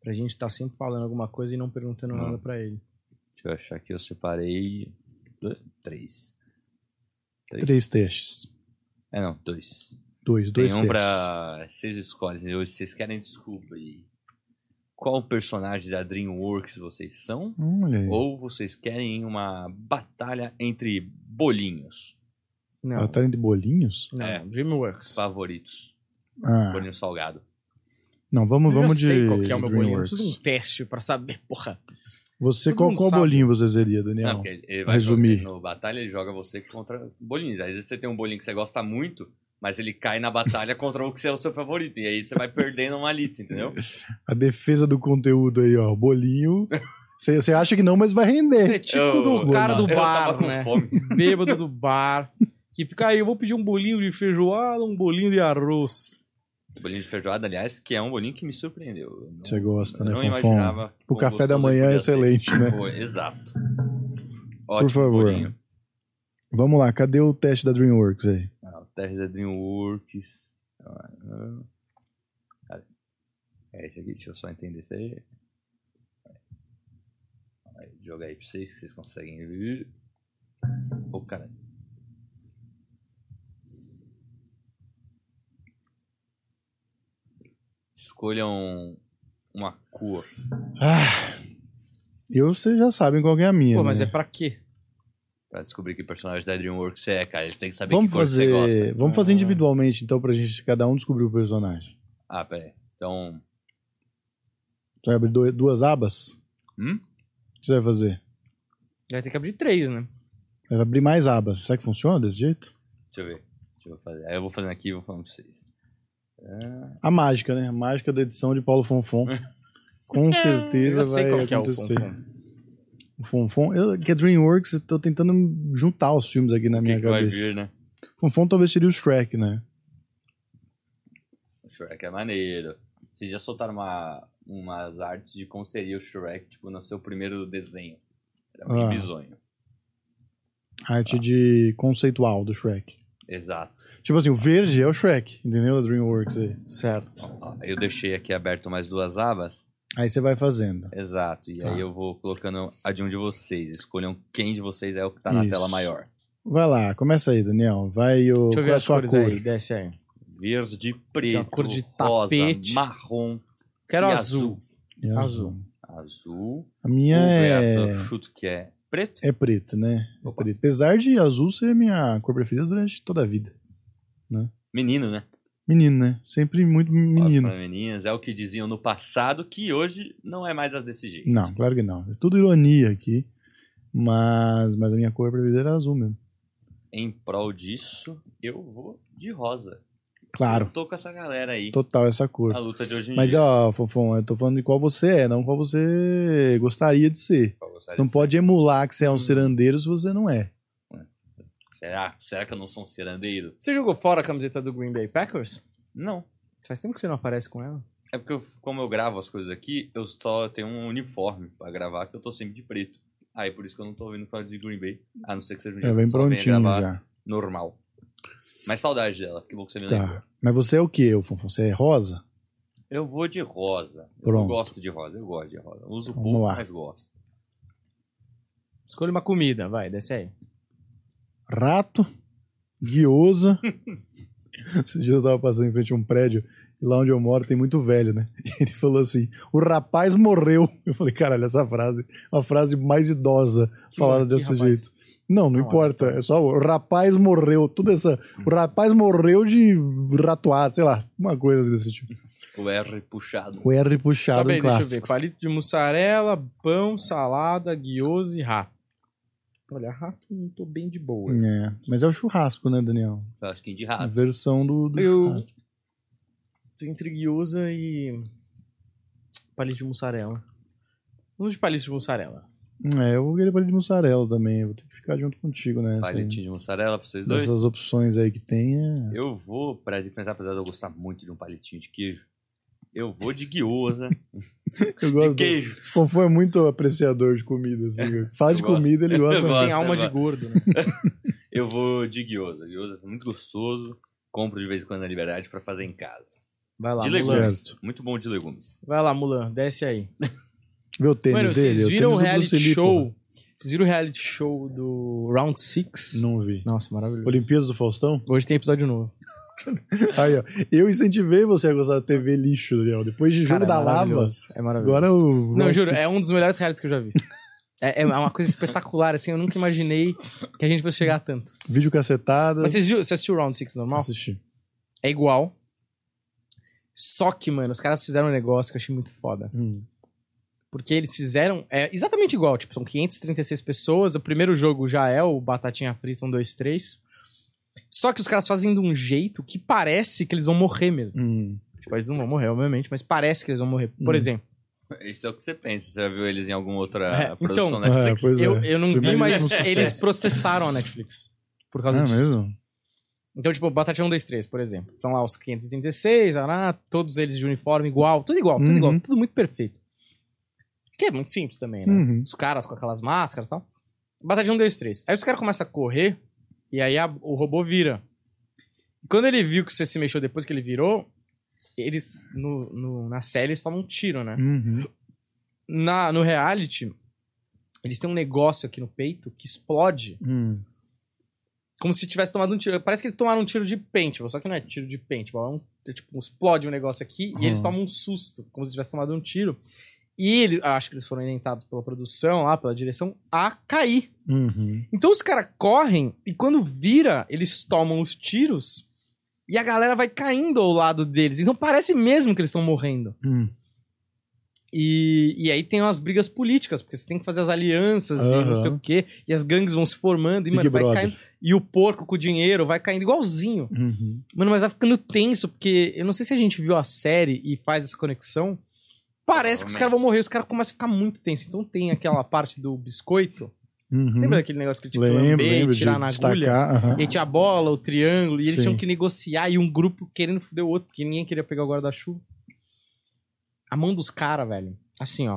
Speaker 1: pra gente estar sempre falando alguma coisa e não perguntando
Speaker 3: Não.
Speaker 1: nada pra ele.
Speaker 3: Deixa eu achar que eu separei. dois- Três.
Speaker 2: Três testes.
Speaker 3: É, não, dois.
Speaker 2: Dois, dois
Speaker 3: Tem um
Speaker 2: testes.
Speaker 3: pra. Vocês escolhem. eu- Vocês querem desculpa aí. Qual personagem da Dreamworks vocês são?
Speaker 2: Olha aí.
Speaker 3: Ou vocês querem uma batalha entre bolinhos
Speaker 1: Não,
Speaker 2: Batalha de bolinhos?
Speaker 1: não,
Speaker 3: É.
Speaker 1: Dreamworks.
Speaker 3: favoritos?
Speaker 2: Ah,
Speaker 3: Bolinho salgado.
Speaker 2: não, vamos,
Speaker 1: eu
Speaker 2: vamos
Speaker 1: já
Speaker 2: de.
Speaker 1: sei qual que é o meu bolinho. Eu
Speaker 2: DreamWorks.
Speaker 1: preciso de um teste pra saber, porra.
Speaker 2: Você,
Speaker 1: Todo
Speaker 2: qual,
Speaker 1: mundo
Speaker 2: qual
Speaker 1: sabe.
Speaker 2: bolinho você seria,
Speaker 3: Não,
Speaker 2: Daniel?
Speaker 3: porque ele- ele vai
Speaker 2: resumir.
Speaker 3: jogar- No batalha ele joga você contra bolinhos. Às vezes você tem um bolinho que você gosta muito, mas ele cai na batalha contra o que é o seu favorito. E aí você vai perdendo uma lista, entendeu?
Speaker 2: A defesa do conteúdo aí, ó. Bolinho. Você acha que não, mas vai render.
Speaker 1: Você é tipo
Speaker 3: Eu-
Speaker 1: do cara do
Speaker 3: eu tava
Speaker 1: bar,
Speaker 3: com
Speaker 1: né?
Speaker 3: fome.
Speaker 1: bêbado do bar.
Speaker 7: Que fica aí, eu vou pedir um bolinho de feijoada, um bolinho de arroz.
Speaker 3: Bolinho de feijoada, aliás, que é um bolinho que me surpreendeu. Eu não-
Speaker 2: Você gosta,
Speaker 3: eu
Speaker 2: né,
Speaker 3: Não
Speaker 2: Fonfon?
Speaker 3: imaginava.
Speaker 2: O
Speaker 3: quão
Speaker 2: café da
Speaker 3: gostoso
Speaker 2: manhã é
Speaker 3: podia ser.
Speaker 2: excelente, né?
Speaker 3: Pô, exato. Ótimo
Speaker 2: favor.
Speaker 3: bolinho.
Speaker 2: Vamos lá, cadê o teste da DreamWorks aí?
Speaker 3: Ah, o teste da DreamWorks. Ah, ah. Cadê? É isso aqui, deixa eu só entender isso aí. Aí, Joga aí pra vocês, que vocês conseguem ver. Ô, cara. Escolham uma cor.
Speaker 2: Ah, eu, vocês já sabem qual que é a minha.
Speaker 1: Pô, mas
Speaker 2: né?
Speaker 1: é pra quê?
Speaker 3: Pra descobrir que personagem da DreamWorks você é, cara. Ele tem que saber
Speaker 2: Vamos
Speaker 3: que cor você gosta.
Speaker 2: fazer, vamos fazer individualmente, então, pra gente cada um descobrir o personagem.
Speaker 3: Ah, peraí. Então,
Speaker 2: Você vai abrir do- duas abas?
Speaker 3: Hum?
Speaker 2: O que você vai fazer?
Speaker 7: Vai ter que abrir três, né?
Speaker 2: Vai abrir mais abas. Será que funciona desse jeito?
Speaker 3: deixa eu ver. Deixa eu fazer. Aí eu vou fazendo aqui e vou falando pra vocês.
Speaker 2: A mágica, né? A mágica da edição de Paulo Fonfon. Com certeza
Speaker 1: É. eu sei
Speaker 2: vai
Speaker 1: qual que é o
Speaker 2: acontecer.
Speaker 1: Fonfon.
Speaker 2: o Fonfon. Eu, que é DreamWorks, eu tô tentando juntar os filmes aqui na
Speaker 3: O que,
Speaker 2: minha
Speaker 3: que vai
Speaker 2: cabeça.
Speaker 3: vir, né?
Speaker 2: Fonfon talvez seria o Shrek, né?
Speaker 3: O Shrek é maneiro. Vocês já soltaram uma, umas artes de como seria o Shrek, tipo, no seu primeiro desenho. Era meio
Speaker 2: Ah.
Speaker 3: bizonho.
Speaker 2: A
Speaker 3: Ah.
Speaker 2: arte de conceitual do Shrek.
Speaker 3: Exato.
Speaker 2: Tipo assim, o verde é o Shrek, entendeu? Da DreamWorks aí.
Speaker 1: Certo.
Speaker 3: Ó, Eu deixei aqui aberto mais duas abas.
Speaker 2: Aí você vai fazendo.
Speaker 3: Exato. E
Speaker 2: Tá.
Speaker 3: aí eu vou colocando a de um de vocês. Escolham quem de vocês é o que tá na
Speaker 2: Isso.
Speaker 3: tela maior.
Speaker 2: Vai lá, começa aí, Daniel. Vai o.
Speaker 1: Deixa eu
Speaker 2: qual
Speaker 1: ver
Speaker 2: é a
Speaker 1: as
Speaker 2: sua
Speaker 1: cores
Speaker 2: cor?
Speaker 1: aí. Desce aí.
Speaker 3: Verde, preto,
Speaker 1: uma cor de
Speaker 3: rosa,
Speaker 1: tapete.
Speaker 3: marrom,
Speaker 1: Quero
Speaker 3: E
Speaker 1: azul.
Speaker 2: É azul.
Speaker 1: Azul.
Speaker 3: azul.
Speaker 2: A minha
Speaker 3: Roberto,
Speaker 2: é.
Speaker 3: chuto que é preto.
Speaker 2: É preto, né? É
Speaker 3: Opa.
Speaker 2: preto. Apesar de azul ser a minha cor preferida durante toda a vida.
Speaker 3: Menino, né?
Speaker 2: Menino, né? Sempre muito menino.
Speaker 3: As meninas, é o que diziam no passado, que hoje não é mais as desse jeito.
Speaker 2: Não, claro que não. É tudo ironia aqui. Mas, mas a minha cor preferida era azul mesmo.
Speaker 3: Em prol disso, eu vou de rosa.
Speaker 2: Claro,
Speaker 3: Eu tô com essa galera aí.
Speaker 2: total essa cor.
Speaker 3: A luta de hoje em
Speaker 2: Mas é
Speaker 3: dia.
Speaker 2: ó, Fofão, eu tô falando de qual você é, não qual você gostaria de ser.
Speaker 3: Qual gostaria
Speaker 2: Você não
Speaker 3: de Hum.
Speaker 2: pode emular que você é um cirandeiro se você não é.
Speaker 3: ser? Será? Será que eu não sou um cirandeiro?
Speaker 1: Você jogou fora a camiseta do Green Bay Packers?
Speaker 3: Não.
Speaker 1: Faz tempo que você não aparece com ela.
Speaker 3: É porque, eu- como eu gravo as coisas aqui, eu só tenho um uniforme pra gravar, que eu tô sempre de preto. Aí por isso que eu não tô vindo pra de Green Bay. A não ser que seja um dia
Speaker 2: Já vem
Speaker 3: que eu só venha
Speaker 2: prontinho
Speaker 3: gravar
Speaker 2: já.
Speaker 3: normal. Mas saudade dela, que bom que você me lembrou.
Speaker 2: Tá. Mas você é o que, Fofão? Você é rosa?
Speaker 3: Eu vou de rosa.
Speaker 2: Pronto.
Speaker 3: Eu gosto de rosa, eu gosto de rosa. Uso
Speaker 2: Vamos
Speaker 3: pouco,
Speaker 2: lá.
Speaker 3: mas gosto.
Speaker 1: Escolha uma comida, vai, desce aí.
Speaker 2: rato, guiosa. Esses dias eu tava passando em frente a um prédio e lá onde eu moro tem muito velho, né? E ele falou assim: o rapaz morreu. Eu falei, caralho, essa frase é uma frase mais idosa falada
Speaker 1: que
Speaker 2: desse
Speaker 1: rapaz?
Speaker 2: jeito. Não, não,
Speaker 1: Não,
Speaker 2: importa. É só o rapaz morreu. Toda essa. O rapaz morreu de ratoado, sei lá, uma coisa desse tipo.
Speaker 3: O R puxado.
Speaker 2: O R puxado
Speaker 1: Sobe aí,
Speaker 2: um
Speaker 1: deixa eu
Speaker 2: clássico.
Speaker 1: ver. Palito de mussarela, pão, salada, guioso e rato. Olha, rato não tô bem de boa.
Speaker 2: É, mas é o churrasco, né, Daniel?
Speaker 3: Eu acho que de
Speaker 2: A
Speaker 3: rato.
Speaker 2: versão do, do
Speaker 1: Eu-
Speaker 2: churrasco.
Speaker 1: Tô entre guiosa e palito de mussarela. Vamos de palito de mussarela.
Speaker 2: É, eu vou querer palito de mussarela também. Eu vou ter que ficar junto contigo nessa. aí.
Speaker 3: Palitinho de mussarela pra vocês dois.
Speaker 2: dessas opções aí que tem é.
Speaker 3: Eu vou, pra diferenciar, apesar de eu gostar muito de um palitinho de queijo, eu vou de guiosa
Speaker 2: Eu
Speaker 3: de
Speaker 2: gosto. do-
Speaker 3: queijo.
Speaker 2: O Fofão é muito apreciador de comida, assim. cara. Fala
Speaker 3: Eu
Speaker 2: de
Speaker 3: gosto.
Speaker 2: comida, ele
Speaker 3: Eu
Speaker 2: gosta.
Speaker 3: gosto.
Speaker 2: muito.
Speaker 1: Tem
Speaker 3: Nossa,
Speaker 1: alma de
Speaker 3: vai.
Speaker 1: gordo, né?
Speaker 3: Eu vou de guiosa. Guiosa é muito gostoso. Compro de vez em quando na liberdade pra fazer em casa.
Speaker 1: Vai lá,
Speaker 3: De
Speaker 1: Mulan.
Speaker 3: legumes. Muito bom de legumes.
Speaker 1: Vai lá, Mulan, desce aí.
Speaker 2: Vê o tênis
Speaker 1: Mano,
Speaker 2: dele.
Speaker 1: vocês viram
Speaker 2: o
Speaker 1: o
Speaker 2: tênis do
Speaker 1: reality
Speaker 2: Bruce Lee,
Speaker 1: show? Vocês viram o reality show do Round 6?
Speaker 2: porra. Não vi.
Speaker 1: Nossa, maravilhoso.
Speaker 2: Olimpíadas do Faustão?
Speaker 1: Hoje tem episódio novo.
Speaker 2: Aí, ó. Eu incentivei você a gostar da TV lixo, Daniel. Depois de Jogo
Speaker 1: Cara, é
Speaker 2: da Lava,
Speaker 1: maravilhoso, É maravilhoso.
Speaker 2: agora o.
Speaker 1: Não, juro, é um dos melhores realities que eu já vi. É, é uma coisa espetacular, assim, eu nunca imaginei que a gente fosse chegar a tanto.
Speaker 2: Vídeo cacetada.
Speaker 1: Mas é vocês viram- você assistiu o Round 6 normal?
Speaker 2: Assisti.
Speaker 1: É igual. Só que, mano, os caras fizeram um negócio que eu achei muito foda.
Speaker 2: Hum.
Speaker 1: Porque eles fizeram é, exatamente igual, tipo, são 536 pessoas, o primeiro jogo já é o Batatinha Frita 1, 2, 3. Só que os caras fazem de um jeito que parece que eles vão morrer mesmo.
Speaker 2: Hum.
Speaker 1: Tipo, eles não vão morrer, obviamente, mas parece que eles vão morrer. Por
Speaker 2: Hum.
Speaker 1: exemplo,
Speaker 3: Isso é o que você pensa. Você já viu eles em alguma outra
Speaker 1: É, então,
Speaker 3: produção
Speaker 2: É,
Speaker 3: Netflix?
Speaker 2: pois
Speaker 1: eu,
Speaker 2: é.
Speaker 1: eu não vi,
Speaker 2: Primeiro
Speaker 1: mas
Speaker 2: sucesso.
Speaker 1: eles processaram a Netflix. Por causa
Speaker 2: É
Speaker 1: disso.
Speaker 2: mesmo?
Speaker 1: Então, tipo, Batatinha 1, 2, 3, por exemplo. São lá os 536, ará, todos eles de uniforme igual, tudo igual, tudo
Speaker 2: Uhum.
Speaker 1: igual, tudo muito perfeito. Que é muito simples também, né?
Speaker 2: Uhum.
Speaker 1: Os caras com aquelas máscaras e tal. Batatinha 1, 2, 3. Aí os caras começam a correr e aí a- o robô vira. Quando ele viu que você se mexeu depois que ele virou, eles, no, no- na série, eles tomam um tiro, né?
Speaker 2: Uhum.
Speaker 1: Na, no reality, eles têm um negócio aqui no peito que explode.
Speaker 2: Hum.
Speaker 1: Como se tivesse tomado um tiro. Parece que eles tomaram um tiro de paintball, só que não é tiro de paintball. É, um, é tipo, um- explode um negócio aqui
Speaker 2: Uhum.
Speaker 1: e eles tomam um susto, como se tivesse tomado um tiro. E ele, ah, acho que eles foram orientados pela produção, lá, pela direção, a cair.
Speaker 2: Uhum.
Speaker 1: Então os caras correm e quando vira, eles tomam os tiros e a galera vai caindo ao lado deles. Então parece mesmo que eles estão morrendo.
Speaker 2: Hum.
Speaker 1: E, e aí tem umas brigas políticas, porque você tem que fazer as alianças e
Speaker 2: Aham.
Speaker 1: não sei o quê. E as gangues vão se formando e,
Speaker 2: Big
Speaker 1: mano, vai
Speaker 2: Brother.
Speaker 1: caindo. E o porco com o dinheiro vai caindo igualzinho.
Speaker 2: Uhum.
Speaker 1: Mano, mas vai ficando tenso, porque eu não sei se a gente viu a série e faz essa conexão. Parece que os caras vão morrer, os caras começam a ficar muito tenso. Então tem aquela parte do biscoito.
Speaker 2: Uhum.
Speaker 1: Lembra daquele negócio que ele tinha que
Speaker 2: Lembro,
Speaker 1: lamber
Speaker 2: lembro
Speaker 1: e
Speaker 2: de
Speaker 1: tirar na agulha?
Speaker 2: destacar. aham.
Speaker 1: E aí tinha a bola, o triângulo, e eles
Speaker 2: Sim.
Speaker 1: tinham que negociar, e um grupo querendo foder o outro, porque ninguém queria pegar o guarda-chuva. A mão dos caras, velho. Assim, ó.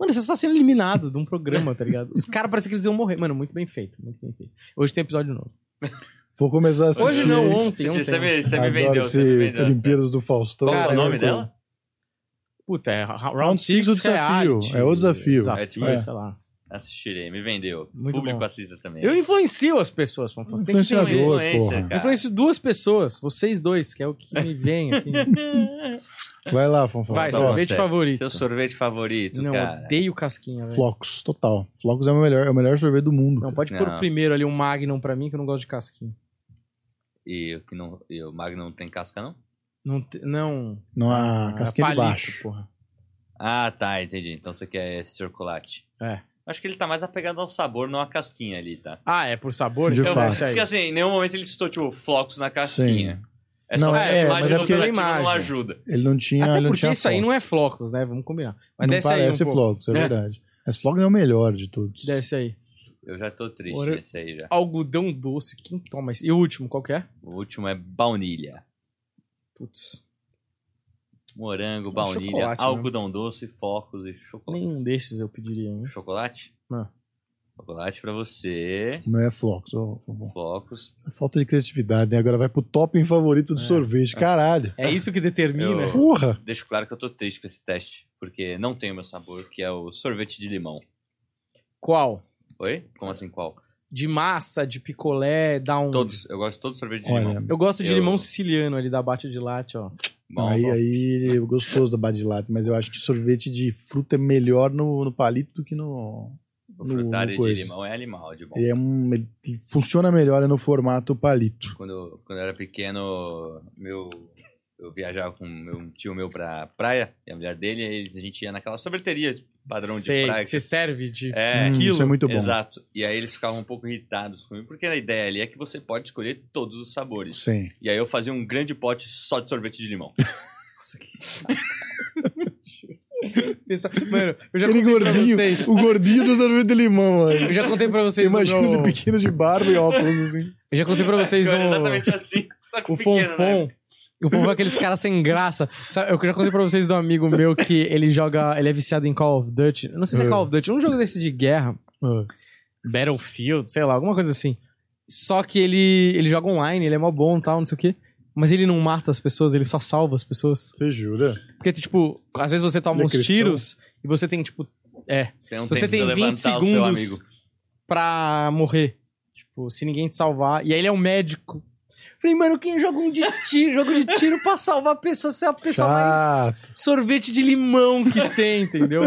Speaker 1: Mano, você está sendo eliminado de um programa, tá ligado? Os caras parecem que eles iam morrer. Mano, muito bem feito, muito bem feito. Hoje tem episódio novo.
Speaker 2: Vou começar a assistir.
Speaker 1: Hoje não,
Speaker 2: hein?
Speaker 1: ontem,
Speaker 3: Você, você
Speaker 1: ontem.
Speaker 3: me, você me
Speaker 2: Adoro
Speaker 3: vendeu,
Speaker 2: esse
Speaker 3: você me vendeu. essa.
Speaker 2: Olimpíadas do Faustão.
Speaker 3: Qual é o
Speaker 1: Cara,
Speaker 3: nome
Speaker 2: eu tô-
Speaker 3: dela?
Speaker 1: Puta, é ra- Round
Speaker 2: Round Six,
Speaker 1: 6
Speaker 2: o desafio. É o desafio.
Speaker 3: É tipo
Speaker 2: isso.
Speaker 1: sei lá.
Speaker 3: Assistirei, me vendeu.
Speaker 1: Muito
Speaker 3: Público
Speaker 1: bom.
Speaker 3: assista também.
Speaker 1: Eu influencio as pessoas, Fonfão. Você tem que
Speaker 3: Sou uma
Speaker 1: entender.
Speaker 2: Influenciador,
Speaker 3: influencer,
Speaker 2: porra.
Speaker 1: Eu
Speaker 3: cara.
Speaker 1: conheço duas pessoas, vocês dois, que é o que me vem aqui.
Speaker 2: Vai lá, Fonfão.
Speaker 1: Vai,
Speaker 3: Tá
Speaker 2: Ó,
Speaker 3: bom,
Speaker 1: sorvete
Speaker 3: sério.
Speaker 1: favorito.
Speaker 3: Seu sorvete favorito,
Speaker 1: Não,
Speaker 3: cara.
Speaker 1: odeio casquinha, velho.
Speaker 2: Flocos, total. Flocos é o melhor, é o melhor sorvete do mundo.
Speaker 1: Não,
Speaker 2: cara.
Speaker 1: pode pôr
Speaker 3: Não.
Speaker 1: o primeiro ali, um Magnum pra mim, que eu não gosto de casquinha.
Speaker 3: E, o que não, e o Magnum não tem casca, não?
Speaker 1: Não. te- não
Speaker 2: Não há
Speaker 1: é
Speaker 2: Ah, casquinha de
Speaker 1: palito,
Speaker 2: baixo.
Speaker 1: porra.
Speaker 3: Ah, tá, entendi. Então você quer esse chocolate.
Speaker 1: É.
Speaker 3: Acho que ele tá mais apegado ao sabor, não à casquinha ali, tá?
Speaker 1: Ah, é por sabor?
Speaker 2: De
Speaker 1: Então é
Speaker 2: fato.
Speaker 1: esse
Speaker 3: acho
Speaker 1: aí.
Speaker 3: que assim, em nenhum momento ele citou, tipo, flocos na casquinha. É
Speaker 2: Não,
Speaker 3: só
Speaker 2: é,
Speaker 3: a imagem
Speaker 2: mas é
Speaker 3: do
Speaker 2: porque-
Speaker 3: não
Speaker 1: imagem.
Speaker 3: ajuda.
Speaker 2: Ele não tinha.
Speaker 1: Até
Speaker 2: ele não
Speaker 1: porque
Speaker 2: tinha
Speaker 1: isso aí
Speaker 2: flocos.
Speaker 1: não é flocos, né? Vamos combinar. Mas
Speaker 2: Não
Speaker 1: desce aí.
Speaker 2: parece
Speaker 1: Um pouco.
Speaker 2: flocos, é,
Speaker 3: É.
Speaker 2: verdade. Mas flocos é o melhor de todos.
Speaker 1: Desce aí.
Speaker 3: Eu já tô triste
Speaker 1: Ora-
Speaker 3: nesse aí já.
Speaker 1: Algodão doce, quem toma isso? E o último, qual que é?
Speaker 3: O último é baunilha.
Speaker 1: Putz,
Speaker 2: É um
Speaker 3: Morango, baunilha,
Speaker 1: chocolate, né?
Speaker 3: algodão doce, focos e chocolate.
Speaker 1: nenhum desses eu pediria, né?
Speaker 3: Chocolate?
Speaker 1: Ah.
Speaker 3: Chocolate pra você.
Speaker 2: Não é flocos. ó, Fonfão.
Speaker 3: Flocos.
Speaker 2: Falta de criatividade, né? Agora vai pro top em favorito do
Speaker 3: É.
Speaker 2: sorvete. Caralho.
Speaker 1: É isso que determina.
Speaker 3: Eu-
Speaker 2: né? Porra!
Speaker 3: Deixo claro que eu tô triste com esse teste, porque não tem o meu sabor, que é o sorvete de limão.
Speaker 1: Qual?
Speaker 3: Oi? Como assim qual?
Speaker 1: De massa, de picolé, dá um.
Speaker 3: Todos. Eu gosto de todo sorvete de
Speaker 2: Olha,
Speaker 3: limão.
Speaker 1: Eu gosto de
Speaker 3: Eu-
Speaker 1: limão siciliano ali da Bate de Latte, ó.
Speaker 3: Bom,
Speaker 2: aí,
Speaker 3: bom.
Speaker 2: aí é gostoso da badilata, mas eu acho que sorvete de fruta é melhor no, no palito do que no.
Speaker 3: O
Speaker 2: no-
Speaker 3: frutari
Speaker 2: no
Speaker 3: de
Speaker 2: coisa.
Speaker 3: limão é animal de bom.
Speaker 2: Ele, é um, ele funciona melhor no formato palito.
Speaker 3: Quando, quando eu era pequeno, meu, eu viajava com meu, um tio meu pra praia, e a mulher dele, e eles- a gente ia naquela sorveteria padrão
Speaker 1: Sei,
Speaker 3: de praia.
Speaker 1: que Você serve de.
Speaker 3: É,
Speaker 2: Hum, isso é muito bom.
Speaker 3: Exato. E aí eles ficavam um pouco irritados comigo, porque a ideia ali é que você pode escolher todos os sabores.
Speaker 2: Sim.
Speaker 3: E aí eu fazia um grande pote só de sorvete de limão.
Speaker 1: Nossa, que. Pessoal, Mano, eu já
Speaker 2: Aquele
Speaker 1: contei pra
Speaker 2: gordinho,
Speaker 1: vocês.
Speaker 2: o gordinho do sorvete de limão, mano.
Speaker 1: Eu já contei pra vocês. do
Speaker 2: Imagina
Speaker 1: meu-
Speaker 2: ele pequeno de barba e óculos, assim.
Speaker 1: Eu já contei pra vocês
Speaker 3: Agora é
Speaker 1: um.
Speaker 3: exatamente assim, só que
Speaker 1: O
Speaker 3: pequeno, né?
Speaker 1: Fonfon. O Fonfon é aqueles caras sem graça. Sabe, eu já contei pra vocês do amigo meu que ele joga. Ele é viciado em Call of Duty. Eu Não sei se é
Speaker 2: É.
Speaker 1: Call of Duty, um jogo desse de guerra.
Speaker 2: Ah.
Speaker 1: Battlefield, sei lá, alguma coisa assim. Só que ele, ele joga online, ele é mó bom e tal, não sei o quê. Mas ele não mata as pessoas, ele só salva as pessoas.
Speaker 2: Você jura?
Speaker 1: Porque, tipo, às vezes você toma
Speaker 2: Ele é
Speaker 1: uns
Speaker 2: cristão?
Speaker 1: tiros e você tem, tipo,
Speaker 3: Você não
Speaker 1: Se você
Speaker 3: tem
Speaker 1: tem
Speaker 3: que
Speaker 1: 20
Speaker 3: levantar o seu
Speaker 1: segundos
Speaker 3: amigo.
Speaker 1: pra morrer. Tipo, se ninguém te salvar. E aí ele é um médico. Falei, mano, quem joga um de tiro, jogo de tiro pra salvar a pessoa? Você é a pessoa mais
Speaker 2: Chato.
Speaker 1: sorvete de limão que tem, entendeu?